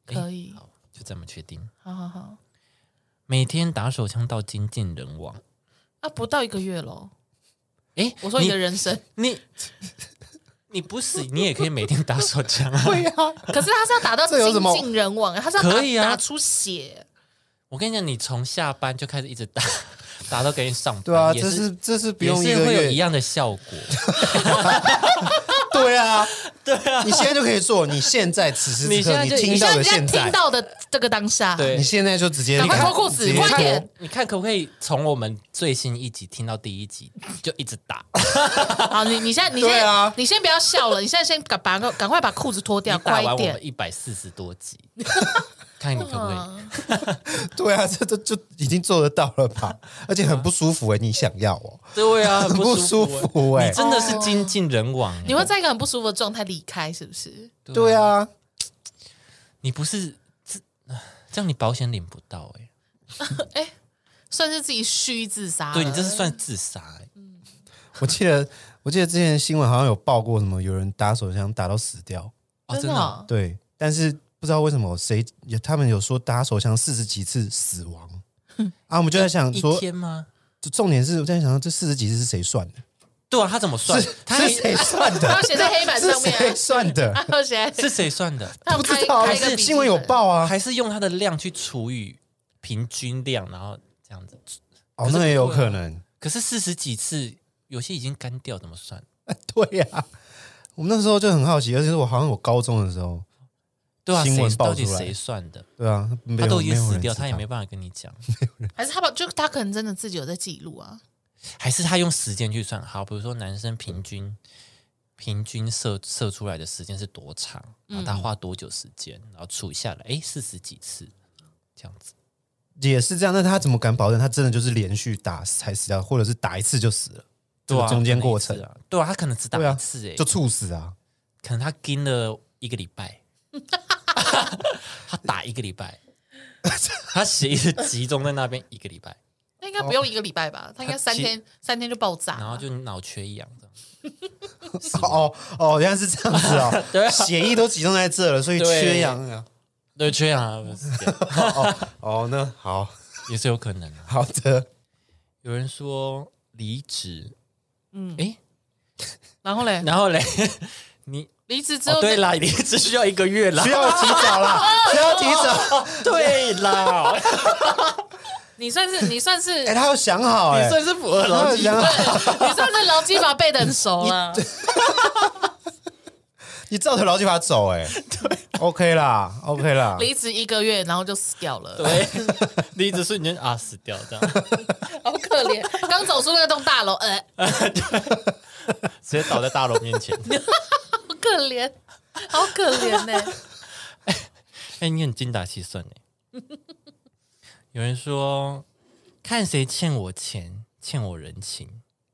Speaker 3: 对，可以，
Speaker 1: 好，就这么确定。
Speaker 3: 好好好。
Speaker 1: 每天打手枪到精尽人亡。
Speaker 3: 啊，不到一个月喽。
Speaker 1: 哎，
Speaker 3: 我说你的人生，
Speaker 1: 你你不死，你也可以每天打手枪啊！
Speaker 2: 对啊，
Speaker 3: 可是他是 要打到
Speaker 2: 这有什么
Speaker 3: 精尽人亡，他是要打
Speaker 1: 可以啊
Speaker 3: 打出血。
Speaker 1: 我跟你讲，你从下班就开始一直打，打到给你上班，
Speaker 2: 对啊，
Speaker 1: 也
Speaker 2: 这是这是不
Speaker 1: 也
Speaker 2: 用一
Speaker 1: 是
Speaker 2: 个
Speaker 1: 会有
Speaker 2: 月啊
Speaker 1: 一，样的效果。
Speaker 2: 对啊，对啊，你现在就可以做，你现在此时
Speaker 1: 你
Speaker 2: 此
Speaker 1: 现
Speaker 2: 刻
Speaker 1: 在
Speaker 2: 你
Speaker 1: 就
Speaker 2: 听
Speaker 3: 你
Speaker 2: 到
Speaker 3: 像
Speaker 2: 的
Speaker 3: 人家
Speaker 2: 现
Speaker 3: 听
Speaker 2: 在，
Speaker 3: 到的这个当下，
Speaker 1: 对
Speaker 2: 你现在就直接
Speaker 3: 赶快
Speaker 2: 你看
Speaker 3: 脱裤子
Speaker 2: 直接
Speaker 3: 快
Speaker 1: 看
Speaker 3: 点
Speaker 1: 我你看可不可以从我们最新一集听到第一集就一直打，
Speaker 3: 好，你你现在你
Speaker 2: 对
Speaker 3: 先、
Speaker 2: 啊
Speaker 3: 你先不要笑了，你现在先赶把赶快把裤子脱
Speaker 1: 你
Speaker 3: 掉，
Speaker 1: 打
Speaker 3: 快
Speaker 1: 完
Speaker 3: 一
Speaker 1: 我
Speaker 3: 点
Speaker 1: 们。一百四十多集， 看你可不可以？
Speaker 3: 嗯，
Speaker 2: 对啊，这这就已经做得到了吧？而且很不舒服哎，你想要哦，
Speaker 1: 对啊，很
Speaker 2: 很不
Speaker 1: 舒
Speaker 2: 舒
Speaker 1: 欸
Speaker 2: 服哎
Speaker 1: 你，真的是精尽人亡欸。
Speaker 3: 哦你会在一个很不舒服的状态离开，是不是？
Speaker 2: 对，啊，
Speaker 1: 你不是这这样，你保险领不到哎。
Speaker 3: 算是自己蓄意自杀。
Speaker 1: 对你这是算自杀欸。
Speaker 2: 我记得我记得之前新闻好像有报过什么有人打手枪打到死掉，
Speaker 1: 哦，
Speaker 3: 真
Speaker 1: 真
Speaker 3: 的
Speaker 1: 的哦
Speaker 3: 哦、
Speaker 2: 对，但是不知道为什么谁也他们有说打手枪四十几次死亡。啊，我们就在想
Speaker 1: 一
Speaker 2: 说，
Speaker 1: 天吗？
Speaker 2: 重点是我在想，这四十几次是谁算的？
Speaker 1: 对啊，他怎么算？他还
Speaker 2: 是谁算
Speaker 3: 他
Speaker 2: 的
Speaker 3: 要？写在黑板
Speaker 2: 是
Speaker 3: 上面
Speaker 2: 谁算的？
Speaker 3: 啊，他要写在，
Speaker 1: 是谁算的？
Speaker 3: 他要
Speaker 2: 不
Speaker 3: 开
Speaker 2: 知
Speaker 1: 啊
Speaker 2: 道，
Speaker 3: 开
Speaker 2: 还
Speaker 3: 一个
Speaker 2: 是
Speaker 3: 笔记
Speaker 2: 新闻有
Speaker 3: 本。
Speaker 2: 报啊？
Speaker 1: 还是用它的量去除以平均量，然后这样子？
Speaker 2: 哦，那也有
Speaker 1: 啊
Speaker 2: 可能。
Speaker 1: 可是四十几次，有些已经干掉，怎么算？
Speaker 2: 对呀、我们那时候就很好奇，而且是我好像我高中的时候，
Speaker 1: 对啊，
Speaker 2: 新闻
Speaker 1: 谁
Speaker 2: 爆
Speaker 1: 到
Speaker 2: 出来
Speaker 1: 底谁算的？
Speaker 2: 对啊，没
Speaker 1: 他
Speaker 2: 有
Speaker 1: 都已经
Speaker 2: 没有人
Speaker 1: 死掉，
Speaker 2: 知
Speaker 1: 他也
Speaker 2: 道
Speaker 1: 没办法跟你讲。
Speaker 3: 还是他把就他可能真的自己有在记录啊。
Speaker 1: 还是他用时间去算？好，比如说男生平均平均射射出来的时间是多长？然后他花多久时间？然后除下来，哎，四十几次这样子。
Speaker 2: 也是这样。那他怎么敢保证他真的就是连续打才死掉，或者是打一次就死了？这个
Speaker 1: 对啊
Speaker 2: 中间过
Speaker 1: 可
Speaker 2: 程
Speaker 1: 能一次啊，对啊，他可能只打
Speaker 2: 对啊
Speaker 1: 一次，哎、
Speaker 2: 就猝死 啊？
Speaker 1: 可能他盯了一个礼拜，他打一个礼拜，他血一直集中在那边一个礼拜，
Speaker 3: 那应该不用一个礼拜吧？他应该三天，三天就爆炸。
Speaker 1: 哦然后就脑缺氧这样。
Speaker 2: 哦哦，原来是这样子哦
Speaker 1: 。对啊
Speaker 2: 血液都集中在这了，所以
Speaker 1: 对
Speaker 2: 缺氧啊。
Speaker 1: 对，缺氧啊，不是这样
Speaker 2: 哦，那好
Speaker 1: 也是有可能啊。
Speaker 2: 好的，
Speaker 1: 有人说离职，嗯，哎，
Speaker 3: 然后嘞，
Speaker 1: 然后嘞， 你
Speaker 3: 离职之
Speaker 1: 哦
Speaker 3: 后，
Speaker 1: 对啦，离职需要一个月啦
Speaker 2: 需，要提早啦，需要提早。
Speaker 1: 对啦，
Speaker 3: 你 算是你算是
Speaker 2: 哎，他要想好哎
Speaker 1: 你，算是符合
Speaker 2: 他
Speaker 1: 逻
Speaker 2: 要
Speaker 1: 辑。
Speaker 2: 想好。
Speaker 3: 你算是劳基法背的很熟 了。
Speaker 2: 你照着劳基法走、欸，哎，对，OK 啦，OK 啦，
Speaker 3: 离职一个月，然后就死掉了，
Speaker 1: 对， 离职瞬间啊死掉这样，
Speaker 3: 好可怜。刚走出那栋大楼，呃，
Speaker 1: 直接倒在大楼面前。
Speaker 3: 好可怜，好可怜呢、
Speaker 1: 哎、你很精打细算呢。 有人说，看谁欠我钱，欠我人情，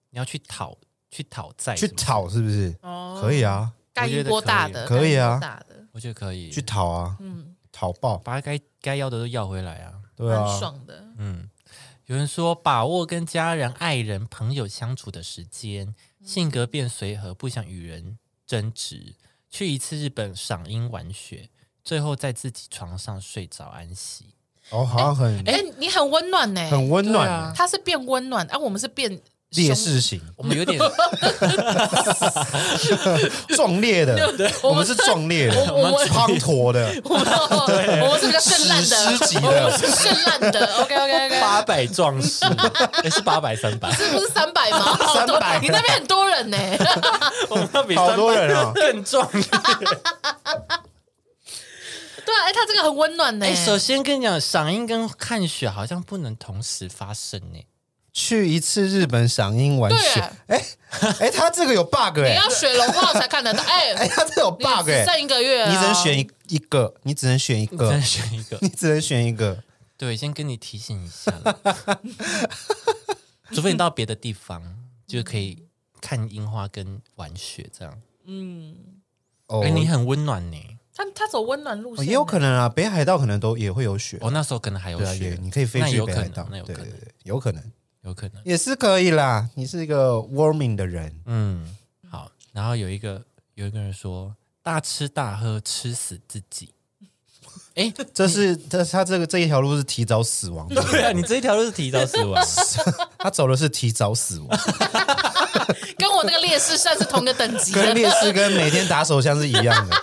Speaker 1: 你要去讨去讨债，
Speaker 2: 去
Speaker 1: 是不是，
Speaker 2: 讨是不是？
Speaker 3: 哦
Speaker 2: 可以啊，
Speaker 3: 干一波大的，
Speaker 2: 可以
Speaker 3: 干一
Speaker 2: 可以啊
Speaker 3: 波大的，
Speaker 1: 我觉得可以
Speaker 2: 去讨啊，嗯，讨爆，
Speaker 1: 把该该要的都要回来啊。
Speaker 2: 对
Speaker 3: 蛮
Speaker 2: 啊，
Speaker 3: 爽的。
Speaker 1: 嗯，有人说，把握跟家人、爱人、朋友相处的时间，
Speaker 2: 嗯
Speaker 1: 性格变随和，不想与人争执。去一次日本赏樱玩雪，最后在自己床上睡着安息。
Speaker 2: 哦，好像很、
Speaker 3: 哎、你很温暖呢、
Speaker 2: 很温暖、
Speaker 1: 对啊
Speaker 2: 欸，
Speaker 3: 他是变温暖，啊，我们是变
Speaker 2: 烈士型，
Speaker 1: 我们有 点，
Speaker 2: 壮烈的，我们是壮烈的，
Speaker 3: 我们
Speaker 2: 滂沱 的，
Speaker 3: 我们我们是比较绚烂
Speaker 2: 史诗级
Speaker 3: 的，
Speaker 2: 的
Speaker 3: 我们是绚烂的。OK OK OK，
Speaker 1: 八百壮士，也是八百三百，
Speaker 3: 这不是三百 吗？好多
Speaker 2: 300
Speaker 3: 你那边很多人呢。
Speaker 1: 我们要比
Speaker 2: 好多人啊
Speaker 1: 300更 壮烈。
Speaker 3: 对啊，哎，他这个很温暖呢
Speaker 1: 哎，。首先跟你讲，赏樱跟看雪好像不能同时发欸生呢。
Speaker 2: 去一次日本赏樱玩雪
Speaker 3: 对啊，
Speaker 2: 哎哎，他这个有 bug
Speaker 3: 你
Speaker 2: 哎，
Speaker 3: 要水龙泡才看 得到，哎
Speaker 2: 哎，他这有
Speaker 3: 你
Speaker 2: bug
Speaker 3: 只
Speaker 2: 哎，
Speaker 3: 剩一个月啊，
Speaker 2: 你只能选一一个，你只能选一
Speaker 1: 你再
Speaker 2: 个，
Speaker 1: 选一 个，
Speaker 2: 你只能选一个，
Speaker 1: 对，先跟你提醒一下啦，除非你到别的地方，就可以看樱花跟玩雪这样。
Speaker 2: 哦
Speaker 1: 哎，，你很温暖呢。
Speaker 3: 嗯他他走温暖路
Speaker 2: 哦
Speaker 3: 线，
Speaker 2: 也有可能啊，北海道可能都也会有雪，
Speaker 1: 我那时候可能还哦有
Speaker 2: 对啊，也
Speaker 1: 雪，
Speaker 2: 你可以飞
Speaker 1: 那
Speaker 2: 去
Speaker 1: 有
Speaker 2: 北
Speaker 1: 可
Speaker 2: 海
Speaker 1: 能
Speaker 2: 道，，
Speaker 1: 那有
Speaker 2: 对
Speaker 1: 可
Speaker 2: 对
Speaker 1: 能，
Speaker 2: 对，有可能
Speaker 1: 有可能。
Speaker 2: 也是可以啦，你是一个 warming 的人，
Speaker 1: 嗯，好。然后有一个有一个人说：“大吃大喝，吃死自 己。”哎，
Speaker 2: 这是这他这个这一条路是提早死亡的，
Speaker 1: 对啊，你这一条路是提早死亡。
Speaker 2: 他走的是提早死亡，
Speaker 3: 跟我那个烈士算是同个等 级
Speaker 2: 跟
Speaker 3: 的。
Speaker 2: 烈士跟每天打手枪是一样的。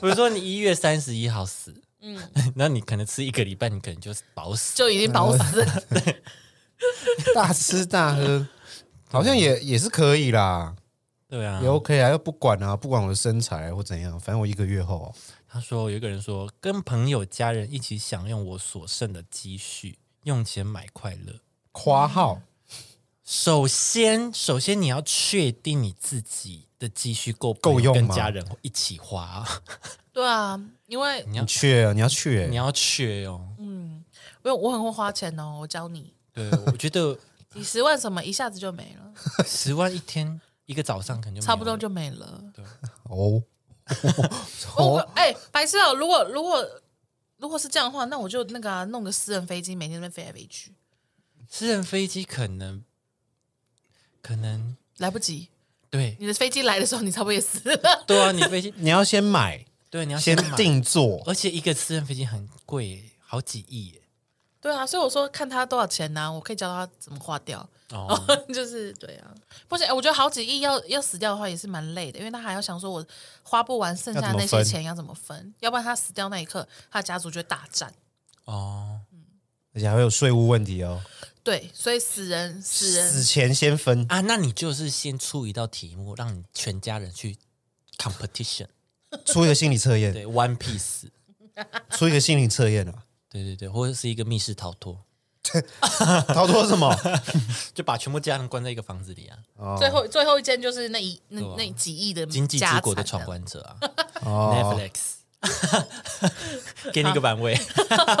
Speaker 1: 比如说你一月三十一号死，嗯， 那你可能吃一个礼拜，你可能就饱死。
Speaker 3: 就已经
Speaker 2: 嗯
Speaker 3: 饱死了，
Speaker 2: 大吃大喝，好像也也是可以啦，
Speaker 1: 对啊
Speaker 2: 也，OK 啊，又不管啊，不管我的身材或怎样，反正我一个月后啊
Speaker 1: 他说有一个人说，跟朋友家人一起享用我所剩的积蓄，用钱买快乐。
Speaker 2: 夸号
Speaker 1: 首先，首先你要确定你自己的积蓄够不
Speaker 2: 够用
Speaker 1: 跟
Speaker 2: 吗
Speaker 1: 家人一起花，
Speaker 3: 对啊，因为
Speaker 1: 你
Speaker 2: 你
Speaker 1: 要
Speaker 2: 去啊，你要去
Speaker 1: 你
Speaker 2: 欸，
Speaker 1: 要确哦。
Speaker 3: 因为我很会花钱哦，我教你，
Speaker 1: 对，我觉得
Speaker 3: 几十万什么一下子就没了，
Speaker 1: 十万一天一个早上可能就没有
Speaker 3: 差不多
Speaker 1: 了
Speaker 3: 就没了。
Speaker 2: 哦 哦，
Speaker 3: 我哎、白痴哦！如果如果如果是这样的话，那我就那个、啊、弄个私人飞机，每天在那边飞来飞去，
Speaker 1: 私人飞机可能可能
Speaker 3: 来不及。
Speaker 1: 对
Speaker 3: 你的飞机来的时候，你差不多也死了。
Speaker 1: 对啊，你飞机
Speaker 2: 你要先买，
Speaker 1: 对你要
Speaker 2: 先
Speaker 1: 买
Speaker 2: 定做，
Speaker 1: 而且一个私人飞机很贵耶，好几亿耶。
Speaker 3: 对啊，所以我说看他多少钱呢、我可以教他怎么花掉。
Speaker 1: 哦，
Speaker 3: 就是对啊，不是、哎我觉得好几亿要要死掉的话也是蛮累的，因为他还要想说我花不完剩下的那些钱要怎么分，要不然他死掉那一刻，他的家族就会大战。
Speaker 1: 哦，
Speaker 2: 而且还会有税务问题哦，
Speaker 3: 对，所以死人死
Speaker 2: 死
Speaker 3: 人
Speaker 2: 前先分，
Speaker 1: 啊，那你就是先出一道题目，让你全家人去 competition，
Speaker 2: 出一个心理测验，
Speaker 1: 对，one piece，
Speaker 2: 出一个心理测 验啊，
Speaker 1: 对对对，或者是一个密室逃脱，
Speaker 2: 逃脱 什么？
Speaker 1: 就把全部家人关在一个房子里啊，
Speaker 2: 哦
Speaker 3: 最后最后一件就是那一那、
Speaker 1: 对啊
Speaker 3: 那几亿的
Speaker 1: 经济之
Speaker 3: 家
Speaker 1: 国的
Speaker 3: 产
Speaker 1: 闯
Speaker 3: 啊
Speaker 1: 关者啊
Speaker 2: 哦，
Speaker 1: ，Netflix，给你一个版位。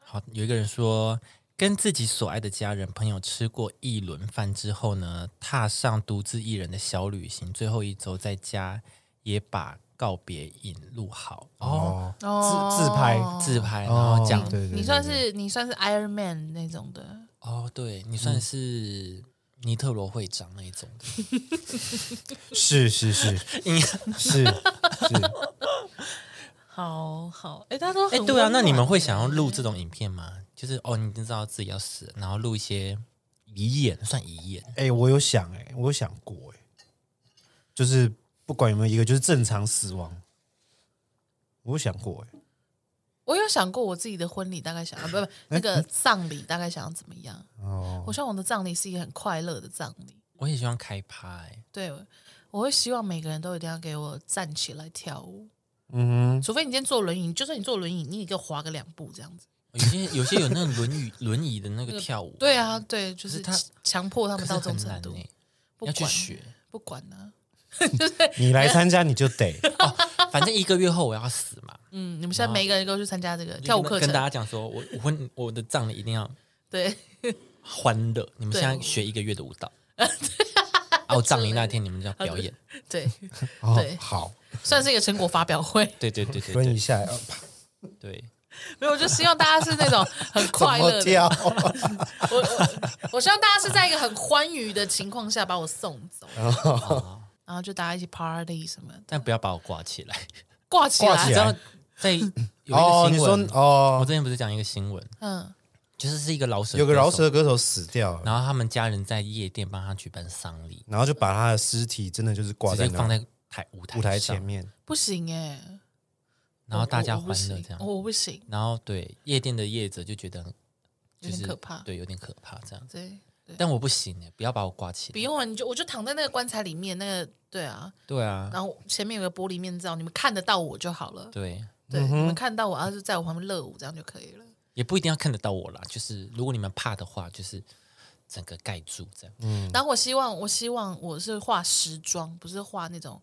Speaker 1: 好，有一个人说。跟自己所爱的家人、朋友吃过一轮饭之后呢，踏上独自一人的小旅行，最后一周在家也把告别引录好哦，
Speaker 2: 哦，
Speaker 3: 哦
Speaker 2: 自自拍
Speaker 1: 自拍，然后讲
Speaker 2: 哦对对对
Speaker 3: 你算是你算是 Iron Man 那种的，
Speaker 1: 哦，对你算是
Speaker 2: 嗯
Speaker 1: 尼特罗会长那一种 的，
Speaker 2: 是是 是
Speaker 1: 你
Speaker 2: 是是，
Speaker 3: 好好，哎，大家都
Speaker 1: 哎
Speaker 3: 很，
Speaker 1: 对啊，
Speaker 3: 温
Speaker 1: 那
Speaker 3: 暖欸
Speaker 1: 你们会想要录这种影片吗？就是哦，你已经知道自己要死了，然后录一些遗言，算遗言，
Speaker 2: 哎、我有想哎、我有想过哎、就是不管有没有一个，就是正常死亡，我有想过哎、
Speaker 3: 我有想过我自己的婚礼大概想要，不不，那个葬礼大概想要怎么样？
Speaker 2: 哦，
Speaker 3: 我希望我的葬礼是一个很快乐的葬礼，
Speaker 1: 我也希望开趴、欸，
Speaker 3: 对，我会希望每个人都一定要给我站起来跳舞，
Speaker 2: 嗯
Speaker 3: 除非你今天坐轮椅，就算你坐轮椅，你也给我滑个两步这样子。
Speaker 1: 有些 有些有那个轮椅轮椅的那个跳舞，
Speaker 3: 对啊，对，就
Speaker 1: 可
Speaker 3: 是
Speaker 1: 是他
Speaker 3: 强迫他
Speaker 1: 可
Speaker 3: 们
Speaker 1: 是
Speaker 3: 到这种
Speaker 1: 很
Speaker 3: 程
Speaker 1: 难
Speaker 3: 度，
Speaker 1: 欸
Speaker 3: 不
Speaker 1: 要去
Speaker 3: 管
Speaker 1: 学，
Speaker 3: 不管啊，
Speaker 2: 哼，你来参加你就 得，
Speaker 1: 反正一个月后我要死嘛，
Speaker 3: 嗯，你们现在每一个人都去参加这个
Speaker 1: 就
Speaker 3: 跳舞
Speaker 1: 跟
Speaker 3: 课
Speaker 1: 跟大
Speaker 3: 程，
Speaker 1: 家讲说，我我婚我的葬礼一定要
Speaker 3: 对。
Speaker 1: 欢乐，你们
Speaker 3: 对哦
Speaker 1: 现在学一个月的舞 蹈，啊，我葬礼那天你们就要表演，
Speaker 3: 对，
Speaker 2: 哦
Speaker 3: 对，
Speaker 2: 好，
Speaker 3: 算是一个成果发表会。
Speaker 1: 对对对对
Speaker 2: 蹲一
Speaker 1: 对
Speaker 2: 下来，哦啪
Speaker 1: 对。
Speaker 3: 没有，我就希望大家是那 种很
Speaker 2: 怎
Speaker 3: 快乐
Speaker 2: 么
Speaker 3: 的。
Speaker 2: 跳？
Speaker 3: 我我我希望大家是在一个很欢愉的情况下把我送走，然后就大家一起 party 什么的，
Speaker 1: 哦但不要把我挂起来。
Speaker 3: 挂起
Speaker 2: 挂
Speaker 3: 来
Speaker 2: 起
Speaker 1: 你知
Speaker 2: 来
Speaker 1: 道在有一
Speaker 2: 哦，
Speaker 1: 个
Speaker 2: 你
Speaker 1: 新
Speaker 2: 说
Speaker 1: 闻，我
Speaker 2: 哦，
Speaker 1: 之前不是讲一个新闻，
Speaker 3: 嗯，
Speaker 1: 就是是一个饶舌，
Speaker 2: 有个饶，舌歌手死掉了，
Speaker 1: 然后他们家人在夜店帮他举办丧礼，
Speaker 2: 然后就把他的尸体真的就是挂
Speaker 1: 直
Speaker 2: 在
Speaker 1: 接
Speaker 2: 那
Speaker 1: 放在台舞台
Speaker 2: 舞台
Speaker 1: 上
Speaker 2: 前，面，
Speaker 3: 不行哎、
Speaker 1: 然后大家
Speaker 3: 哦我我
Speaker 1: 欢
Speaker 3: 不行
Speaker 1: 乐这样
Speaker 3: 我。我不行，
Speaker 1: 然后对夜店的业者就觉得很
Speaker 3: 有
Speaker 1: 就
Speaker 3: 点
Speaker 1: 是
Speaker 3: 可怕
Speaker 1: 对，有点可怕这样。
Speaker 3: 对，
Speaker 1: 但我不行哎，不要把我挂起来。
Speaker 3: 不用啊，你就我就躺在那个棺材里面，那个对啊，
Speaker 1: 对啊，
Speaker 3: 然后前面有个玻璃面罩，你们看得到我就好了，
Speaker 1: 对，
Speaker 3: 对，你们看到我，啊然后就在我旁边热舞，这样就可以了。
Speaker 1: 也不一定要看得到我啦。就是如果你们怕的话，就是整个盖住这
Speaker 2: 嗯
Speaker 1: 样。
Speaker 3: 然后我希望，我希望我是画时装，不是画那种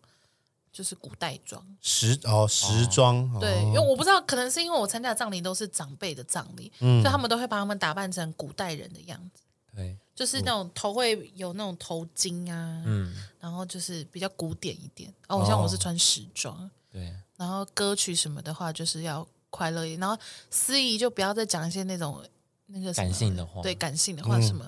Speaker 3: 就是古代装。
Speaker 2: 时哦时装，哦
Speaker 3: 对，因为我不知道，可能是因为我参加的葬礼都是长辈的葬礼，
Speaker 1: 嗯
Speaker 3: 所以他们都会把他们打扮成古代人的样子，
Speaker 1: 对，
Speaker 3: 就是那种头会有那种头巾啊，
Speaker 1: 嗯，
Speaker 3: 然后就是比较古典一点。哦，像我是穿时装，
Speaker 1: 对，啊
Speaker 3: 然后歌曲什么的话就是要快乐一点，然后司仪就不要再讲一些那种那个什么
Speaker 1: 感性的话嗯
Speaker 3: 对感性的话什么。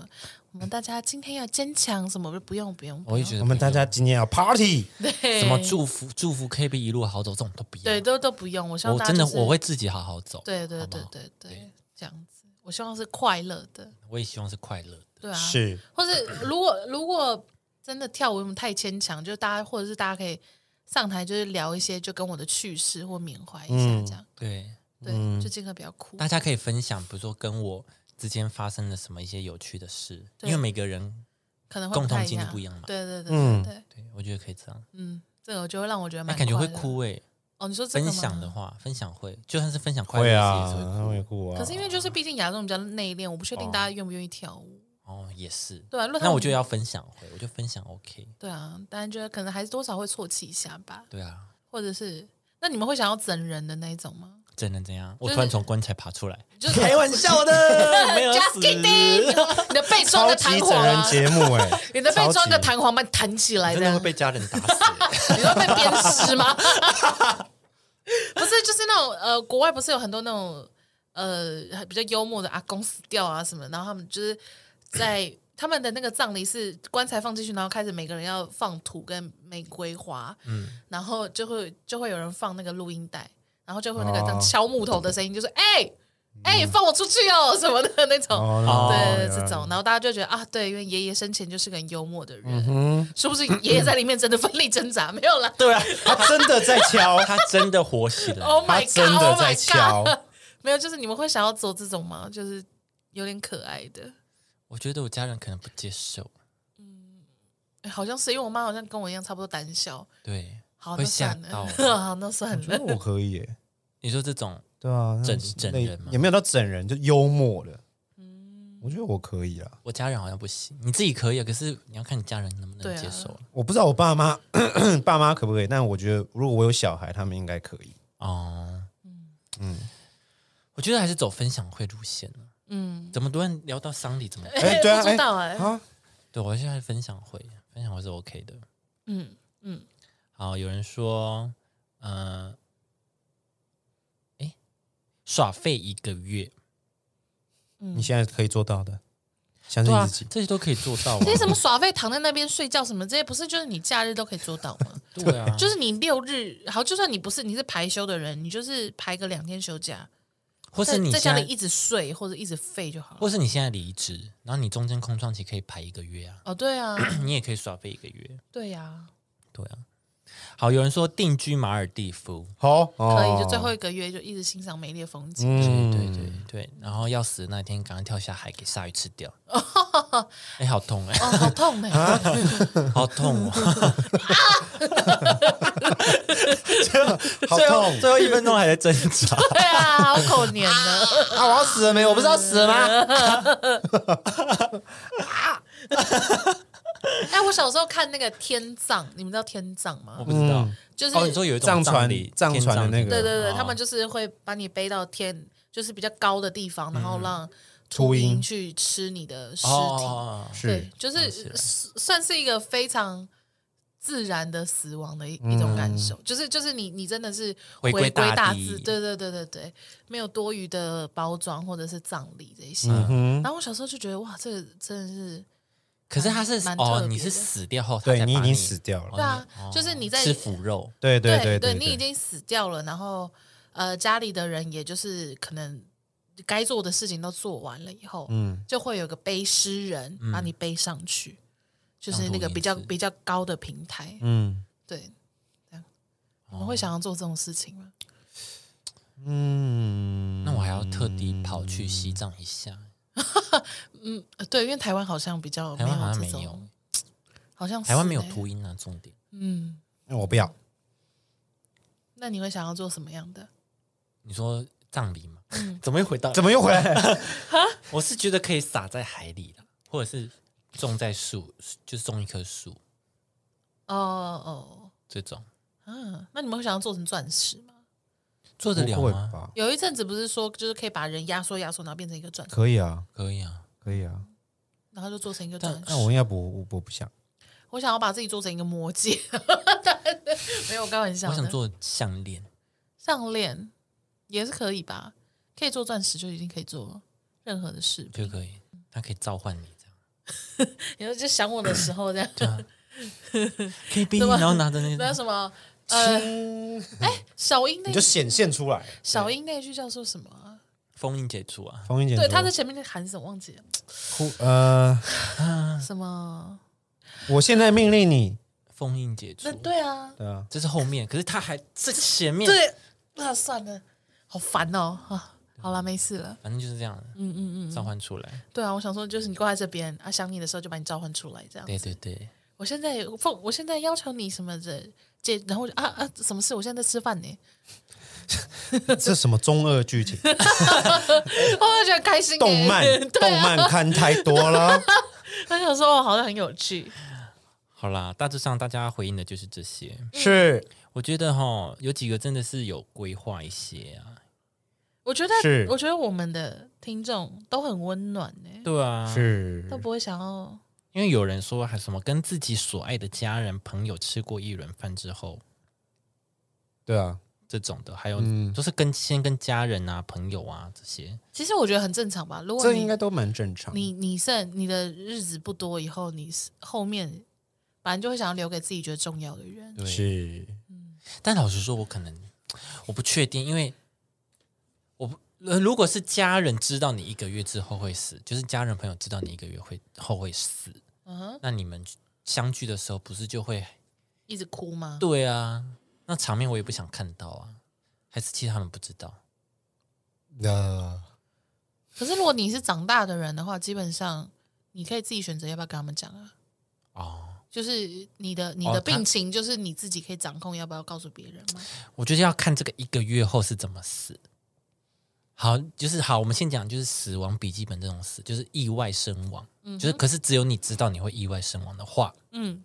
Speaker 3: 我们大家今天要坚强，什么不不用不用，
Speaker 1: 我也觉得
Speaker 2: 我们大家今天要 party，
Speaker 3: 得
Speaker 1: 什么祝福祝福 KB 一路好走这种都不要。
Speaker 3: 对，都都不用。我希望
Speaker 1: 我
Speaker 3: 大家
Speaker 1: 真的
Speaker 3: 就是
Speaker 1: 我会自己好好走。
Speaker 3: 对对
Speaker 1: 好不
Speaker 3: 对
Speaker 1: 好，
Speaker 3: 对对，这样子，我希望是快乐的，
Speaker 1: 我也希望是快乐的。
Speaker 3: 对啊，，
Speaker 2: 是
Speaker 3: 或是如果如果真的跳舞有点太牵强，就大家或者是大家可以上台就是聊一些就跟我的趣事或缅怀一下
Speaker 2: 嗯
Speaker 3: 这样，
Speaker 1: 对，嗯
Speaker 3: 对，就尽量不要哭
Speaker 1: 大，家可以分享，比如说跟我之间发生了什么一些有趣的事，
Speaker 3: 对
Speaker 1: 因为每个人
Speaker 3: 可能会
Speaker 1: 共
Speaker 3: 不
Speaker 1: 同
Speaker 3: 太
Speaker 1: 经历
Speaker 3: 样
Speaker 1: 不一样嘛
Speaker 3: 对对对
Speaker 2: 嗯
Speaker 3: 对对，
Speaker 1: 对我觉得可以这样。
Speaker 3: 嗯，这个我就会让我觉得
Speaker 1: 那
Speaker 3: 蛮
Speaker 1: 感觉会
Speaker 3: 快乐
Speaker 1: 哭诶、欸
Speaker 3: 哦。你说这个
Speaker 1: 分
Speaker 3: 吗
Speaker 1: 享的，话，分享会就算是分享快乐
Speaker 2: 会
Speaker 1: 的
Speaker 2: 啊
Speaker 1: 事也是会，哭。
Speaker 2: 会哭啊，
Speaker 3: 可是因为就是毕竟亚洲人比较内敛，我不确定大家愿不愿意跳舞，
Speaker 1: 哦，也是。
Speaker 3: 对啊，如果他
Speaker 1: 那我
Speaker 3: 们
Speaker 1: 就要分享会，我就分享 OK。
Speaker 3: 对啊，当然觉得可能还是多少会啜泣一下吧，
Speaker 1: 对啊，
Speaker 3: 或者是那你们会想要整人的那一种吗？
Speaker 1: 真的怎样？
Speaker 3: 是
Speaker 1: 我突然从棺材爬出来，
Speaker 3: 就是
Speaker 1: 开玩笑的，没有
Speaker 3: Just
Speaker 1: 死。
Speaker 3: kidding，你的背
Speaker 2: 超
Speaker 3: 装个
Speaker 2: 级
Speaker 3: 弹
Speaker 2: 整
Speaker 3: 簧
Speaker 2: 人
Speaker 3: 啊，
Speaker 2: 节目哎，
Speaker 3: 你的背装个
Speaker 2: 超级
Speaker 3: 弹簧把你弹起来
Speaker 1: 真
Speaker 3: 这
Speaker 1: 的
Speaker 3: 样
Speaker 1: 会，被家人打死。
Speaker 3: 你会被鞭尸吗？不是，就是那种呃，国外不是有很多那种呃比较幽默的阿公死掉啊什么，然后他们就是在他们的那个葬礼是棺材放进去，然后开始每个人要放土跟玫瑰花，嗯，然后就会就会有人放那个录音带，然后就会有那个
Speaker 2: 哦
Speaker 3: 这样敲木头的声音，就是哎哎、放我出去哦什么的那 种。
Speaker 2: 哦
Speaker 3: 对这种，然后大家就觉得啊，对，因为爷爷生前就是个很幽默的人，
Speaker 2: 嗯
Speaker 3: 是不是？爷爷在里面真的奋力挣扎，没 有啦。
Speaker 1: 对啊，
Speaker 2: 他真的在敲，
Speaker 1: 他真的火起 来。
Speaker 3: Oh
Speaker 2: 他
Speaker 3: my
Speaker 2: 真
Speaker 3: god！
Speaker 2: 的
Speaker 3: Oh
Speaker 2: 在
Speaker 3: my
Speaker 2: 敲
Speaker 3: god！没 有，就是你们会想要走这种吗？就是有点可爱的，
Speaker 1: 我觉得我家人可能不接受，
Speaker 3: 哎好像是因为我妈好像跟我一样差不多胆小。
Speaker 1: 对，
Speaker 3: 好，
Speaker 1: 会
Speaker 3: 那
Speaker 1: 吓
Speaker 3: 算了，
Speaker 1: 到。
Speaker 3: 好，那算
Speaker 2: 我觉得
Speaker 3: 了。
Speaker 2: 我可以耶，
Speaker 1: 你说这种
Speaker 2: 对啊，那
Speaker 1: 整
Speaker 2: 是
Speaker 1: 整
Speaker 2: 类
Speaker 1: 人吗
Speaker 2: 也没有到整人，就幽默的，
Speaker 3: 嗯
Speaker 2: 我觉得我可以啊，
Speaker 1: 我家人好像不行，你自己可以，啊，可是你要看你家人能不
Speaker 3: 对
Speaker 1: 能
Speaker 3: 啊
Speaker 1: 接受
Speaker 2: 我不知道我爸妈 爸妈可不可以，但我觉得如果我有小孩，他们应该可 以。
Speaker 1: 哦。嗯我觉得还是走分享会路线呢。
Speaker 3: 嗯，
Speaker 1: 怎么突然聊到丧礼？怎么？
Speaker 2: 哎对啊
Speaker 3: 不知道哎，
Speaker 2: 啊，
Speaker 1: 对我现在分享会，分享会是 OK 的。
Speaker 3: 嗯嗯，
Speaker 1: 好，有人说，呃，哎，耍废一个月，
Speaker 2: 你现在可以做到的，相
Speaker 1: 对
Speaker 2: 信
Speaker 1: 啊
Speaker 2: 自己，。
Speaker 1: 这些都可以做到、啊。
Speaker 3: 这些什么耍废躺在那边睡觉什么，这些不是就是你假日都可以做 到吗？
Speaker 2: 嗯
Speaker 1: 对啊，
Speaker 3: 就是是你六日好，就算你不是你是排休的人，你就是排个两天休假，
Speaker 1: 或
Speaker 3: 在
Speaker 1: 是你
Speaker 3: 在
Speaker 1: 现
Speaker 3: 家里
Speaker 1: 在，
Speaker 3: 一直睡或者一直废就好了。
Speaker 1: 或是你现在离职，然后你中间空窗期可以排一个月啊，
Speaker 3: 哦，对啊，
Speaker 1: 你也可以耍废一个月。
Speaker 3: 对呀，
Speaker 1: 对啊，好，有人说定居马尔蒂夫，
Speaker 2: 好，
Speaker 3: 可
Speaker 2: 可
Speaker 1: 哦
Speaker 3: 以就最后一个月就一直欣赏美丽的风景。
Speaker 1: 对
Speaker 2: 哦嗯
Speaker 1: 对对对，然后要死的那天赶快跳下海给鲨鱼吃 掉。哎、好痛哎、
Speaker 3: 哦，好 痛哎、
Speaker 1: 好痛 哦！
Speaker 2: 好
Speaker 1: 最后
Speaker 2: 痛
Speaker 1: 最后一分钟还在挣扎。
Speaker 3: 对啊，好哦口黏呢。
Speaker 2: 啊！我要死了没？我不是要死了吗？
Speaker 3: 哎，我小时候看那个天葬，你们知道天葬
Speaker 1: 我
Speaker 3: 吗？
Speaker 1: 不知道。
Speaker 2: 嗯
Speaker 3: 就是、
Speaker 1: 哦，你说有一种
Speaker 2: 藏
Speaker 1: 藏
Speaker 2: 传
Speaker 1: 礼
Speaker 2: 藏
Speaker 1: 天
Speaker 2: 传的
Speaker 1: 葬
Speaker 2: 那
Speaker 1: 礼
Speaker 2: 个
Speaker 3: 对对对，
Speaker 1: 哦
Speaker 3: 他们就是会把你背到天，就是比较高的地方，然后让
Speaker 2: 秃鹰
Speaker 3: 鹰去吃你的尸体。
Speaker 1: 嗯哦，
Speaker 3: 对
Speaker 2: 是，
Speaker 3: 就是
Speaker 1: 是
Speaker 3: 算是一个非常自然的死亡的一一种感受，就是就是你你真的是
Speaker 1: 回归
Speaker 3: 归
Speaker 1: 大
Speaker 3: 大
Speaker 1: 地
Speaker 3: 自，对对对对对，没有多余的包装或者是葬礼这一些。
Speaker 2: 嗯
Speaker 3: 然后我小时候就觉得哇，这个真的是
Speaker 1: 可是他是
Speaker 3: 蛮蛮特别
Speaker 1: 哦，
Speaker 3: 的
Speaker 1: 你是死掉后，
Speaker 2: 对
Speaker 1: 他才
Speaker 2: 你已
Speaker 1: 把
Speaker 2: 经死掉了。
Speaker 3: 对啊
Speaker 1: 哦
Speaker 3: 就是你在
Speaker 1: 吃腐肉，
Speaker 2: 对对
Speaker 3: 对
Speaker 2: 对
Speaker 3: 你已经死掉了，然后呃家里的人也就是可能该做的事情都做完了以后，
Speaker 2: 嗯，
Speaker 3: 就会有个背诗人把你背上去，就是那个比较
Speaker 1: 当做仪式
Speaker 3: 比较高的平台。
Speaker 2: 嗯
Speaker 3: 对，这样你们会想要做这种事情吗？
Speaker 2: 嗯，
Speaker 1: 那我还要特地跑去西藏一下，
Speaker 3: 嗯，呃对，因为台湾好像比较
Speaker 1: 台湾好像
Speaker 3: 哦没
Speaker 1: 没
Speaker 3: 有这
Speaker 1: 有
Speaker 3: 种，，好像是
Speaker 1: 台湾没有
Speaker 3: 欸
Speaker 1: 秃鹰啊，重点。
Speaker 3: 嗯，
Speaker 2: 那我不要，
Speaker 3: 那你会想要做什么样的？
Speaker 1: 你说葬礼吗？
Speaker 3: 嗯
Speaker 1: 怎么又回到？
Speaker 2: 怎么又回来了？
Speaker 1: 我是觉得可以撒在海里的，或者是种在树，就是种一棵树
Speaker 3: 哦哦，
Speaker 1: 这种，
Speaker 3: 嗯，那你们会想要做成钻石吗？
Speaker 1: 做得了
Speaker 2: 不会
Speaker 1: 吗？
Speaker 2: 吧？
Speaker 3: 有一阵子不是说就是可以把人压缩压缩，然后变成一个钻石，
Speaker 2: 可以啊，
Speaker 1: 可以啊，
Speaker 2: 可以啊。
Speaker 3: 然后就做成一个
Speaker 1: 但
Speaker 3: 钻石。
Speaker 2: 那我应该不，我我不想。
Speaker 3: 我想要把自己做成一个魔戒， 没有，我开玩笑
Speaker 1: 我
Speaker 3: 的。
Speaker 1: 想做项链，
Speaker 3: 项链也是可以吧？可以做钻石就已经可以做任何的事
Speaker 1: 我觉得
Speaker 3: 品。
Speaker 1: 可以，它可以召唤你这样，
Speaker 3: 你说就想我的时候 这样，
Speaker 1: 可以冰，
Speaker 3: 对吧
Speaker 1: 然后拿着那
Speaker 3: 那
Speaker 1: 个，
Speaker 3: 什么呃，
Speaker 2: 嗯
Speaker 3: 小樱那
Speaker 2: 你就显现出来。
Speaker 3: 小樱那句叫做什么啊？
Speaker 1: 封印解除啊，
Speaker 2: 冯云姐，
Speaker 3: 对，他在前面那喊什么忘记了？
Speaker 2: 哭。呃，
Speaker 3: 什么？
Speaker 2: 我现在命令你，
Speaker 1: 封印解除
Speaker 3: 那，对啊，
Speaker 2: 对啊，
Speaker 1: 这是后面，可是他还在前面，，
Speaker 3: 对，那算了，好烦哦啊！好啦，没事了。
Speaker 1: 反正就是这样，嗯嗯嗯，召唤出来，
Speaker 3: 对啊，我想说，就是你挂在这边啊，想你的时候就把你召唤出来，这样。
Speaker 1: 对对对，
Speaker 3: 我现在奉，我现在要求你什么的，这然后我就啊啊，什么事？我现在在吃饭呢，
Speaker 2: 这什么中二剧情？
Speaker 3: 我就觉得开心耶。
Speaker 2: 动漫
Speaker 3: 对
Speaker 2: 动
Speaker 3: 啊，
Speaker 2: 漫看太多了。
Speaker 3: 我想说，哦，好像很有趣。
Speaker 1: 好啦，大致上大家回应的就是这些，
Speaker 2: 是，
Speaker 1: 我觉得哈，有几个真的是有规划一些啊，
Speaker 3: 我觉得
Speaker 2: 是，
Speaker 3: 我觉得我们的听众都很温暖呢，
Speaker 1: 对啊，
Speaker 2: 是
Speaker 3: 都不会想要。
Speaker 1: 因为有人说还什么跟自己所爱的家人朋友吃过一轮饭之后，
Speaker 2: 对啊，
Speaker 1: 这种的，还有
Speaker 2: 嗯
Speaker 1: 就是跟先跟家人啊、朋友啊这些，
Speaker 3: 其实我觉得很正常吧。如果
Speaker 2: 这
Speaker 3: 你
Speaker 2: 应该都蛮正常。
Speaker 3: 你你剩你的日子不多，以后你是后面反正就会想要留给自己觉得重要的人。
Speaker 1: 对
Speaker 2: 是
Speaker 1: 但老实说，我可能我不确定，因为我不、呃、如果是家人知道你一个月之后会死，就是家人朋友知道你一个月会后会死，
Speaker 3: 嗯哼，
Speaker 1: 那你们相聚的时候不是就会
Speaker 3: 一直哭吗？
Speaker 1: 对啊？那场面我也不想看到啊，还是其实他们不知道，
Speaker 2: 呃，
Speaker 3: 可是如果你是长大的人的话，基本上你可以自己选择要不要跟他们讲啊。
Speaker 1: 哦，
Speaker 3: 就是你的你
Speaker 1: 哦
Speaker 3: 的
Speaker 1: 他
Speaker 3: 病情，就是你自己可以掌控要不要告诉别人嘛。
Speaker 1: 我觉得要看这个一个月后是怎么死。好，就是好，我们先讲就是死亡笔记本这种死，就是意外身亡，就是可是只有你知道你会意外身亡的话，
Speaker 3: 嗯，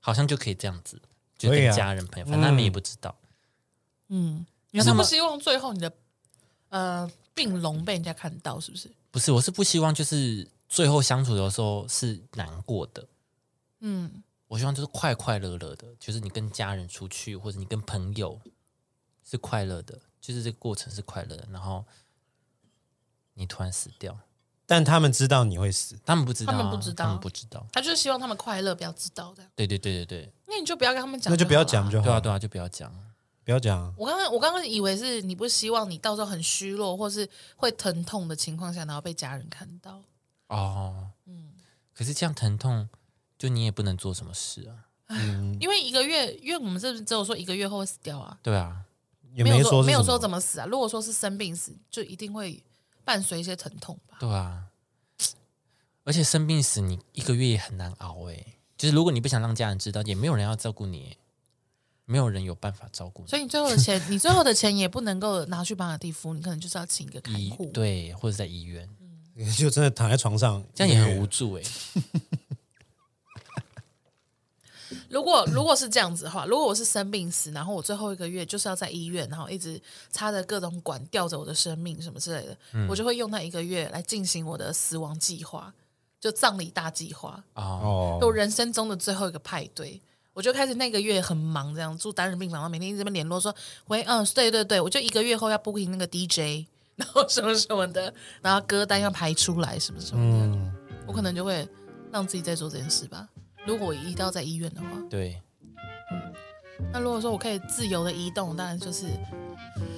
Speaker 1: 好像就可以这样子，就
Speaker 2: 可以啊
Speaker 1: 跟家人朋友，反正他们也不知道。
Speaker 3: 嗯，你
Speaker 1: 那
Speaker 3: 是
Speaker 1: 他
Speaker 3: 不
Speaker 1: 们
Speaker 3: 希望最后你的呃病龙被人家看到，是不是？
Speaker 1: 不是，我是不希望就是最后相处的时候是难过的，
Speaker 3: 嗯，
Speaker 1: 我希望就是快快乐乐的，就是你跟家人出去或者你跟朋友是快乐的，就是这个过程是快乐的，然后你突然死掉，
Speaker 2: 但他们知道你会死，
Speaker 1: 他们不知道啊、
Speaker 3: 他们不知道
Speaker 1: 他们不知道。
Speaker 3: 他就是希望他们快乐，不要知道的。
Speaker 1: 对对对对对，
Speaker 3: 那你就不要跟他们讲，
Speaker 2: 那就不要讲
Speaker 3: 就好
Speaker 2: 就
Speaker 3: 啦。
Speaker 2: 好，
Speaker 1: 对啊对啊，就不要讲。
Speaker 2: 不要讲。
Speaker 3: 我刚刚我刚刚以为是你不希望你到时候很虚弱或是会疼痛的情况下，然后被家人看到。
Speaker 1: 哦，
Speaker 3: 嗯
Speaker 1: 可是这样疼痛，就你也不能做什么事啊。
Speaker 2: 嗯，
Speaker 3: 因为一个月，因为我们是不是只有说一个月后会死掉啊？
Speaker 1: 对啊，
Speaker 2: 也
Speaker 3: 没有
Speaker 2: 说
Speaker 3: 没有说
Speaker 2: 么，
Speaker 3: 怎么死啊。如果说是生病死，就一定会伴随一些疼痛吧。
Speaker 1: 对啊，而且生病死，你一个月也很难熬哎、就是如果你不想让家人知道，也没有人要照顾你欸、没有人有办法照顾你。
Speaker 3: 所以你最后的钱， 你最后的钱也不能够拿去帮他地夫，你可能就是要请一个看
Speaker 1: 医
Speaker 3: 护。嗯
Speaker 1: 对，或者在医院，
Speaker 2: 就真的躺在床上，
Speaker 1: 这样也很无助哎、
Speaker 3: 如果如果是这样子的话，如果我是生病死，然后我最后一个月就是要在医院，然后一直插着各种管吊着我的生命什么之类的，
Speaker 2: 嗯
Speaker 3: 我就会用那一个月来进行我的死亡计划，就葬礼大计划，
Speaker 1: 哦，
Speaker 2: 哦
Speaker 3: 我人生中的最后一个派对。我就开始那个月很忙，这样住单人病房，然后每天一直在那边联络说，喂，嗯，对对对，我就一个月后要 booking 那个 DJ，然 后什么什么的，然后歌单要排出来什么什么的，
Speaker 2: 嗯，
Speaker 3: 我可能就会让自己在做这件事吧。如果我一定要在医院的话，
Speaker 1: 对，
Speaker 3: 那如果说我可以自由的移动，当然就是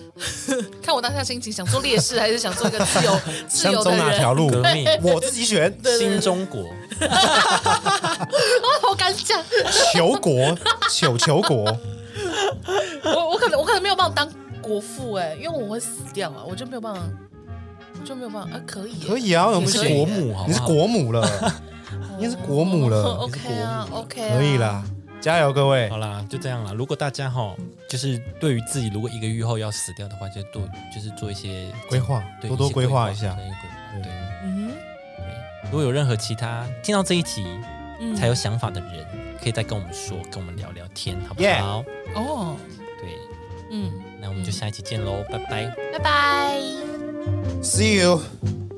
Speaker 3: 看我当下心情，想做烈士还是想做一个 自由自
Speaker 2: 想
Speaker 3: 由
Speaker 2: 走
Speaker 3: 的
Speaker 2: 哪条
Speaker 3: 人？
Speaker 2: 路？
Speaker 1: 革命
Speaker 2: 我自己选。
Speaker 1: 新中国，
Speaker 3: 我好敢讲，
Speaker 2: 求 国，求求国，
Speaker 3: 我我可能我可能没有办法当国父哎、因为我会死掉啊，我就没有办法，我就没有办法啊，可以耶、
Speaker 2: 可以啊，我们
Speaker 1: 你是
Speaker 2: 是
Speaker 1: 国
Speaker 2: 国
Speaker 1: 母好不好
Speaker 2: 你是国母 了，你是国母
Speaker 3: 哦
Speaker 2: 了，
Speaker 3: ，OK 啊，OK，啊
Speaker 2: 可以。啦，加油各位
Speaker 1: 好！啦，就这样啦。如果大家哈，就是对于自己如果一个月后要死掉的话，就多就是做一些
Speaker 2: 规划
Speaker 1: 对
Speaker 2: 多多
Speaker 1: 些
Speaker 2: 规划一下
Speaker 1: 对规划
Speaker 2: 对
Speaker 1: 对，
Speaker 3: 嗯
Speaker 1: 如果有任何其他听到这一集
Speaker 3: 嗯
Speaker 1: 才有想法的人，可以再跟我们说，跟我们聊聊天，好不
Speaker 2: Yeah
Speaker 1: 好？
Speaker 3: 哦，
Speaker 1: 对，
Speaker 3: 嗯，
Speaker 1: 那我们就下一期见喽，拜拜。
Speaker 3: 拜拜。
Speaker 2: ，See you。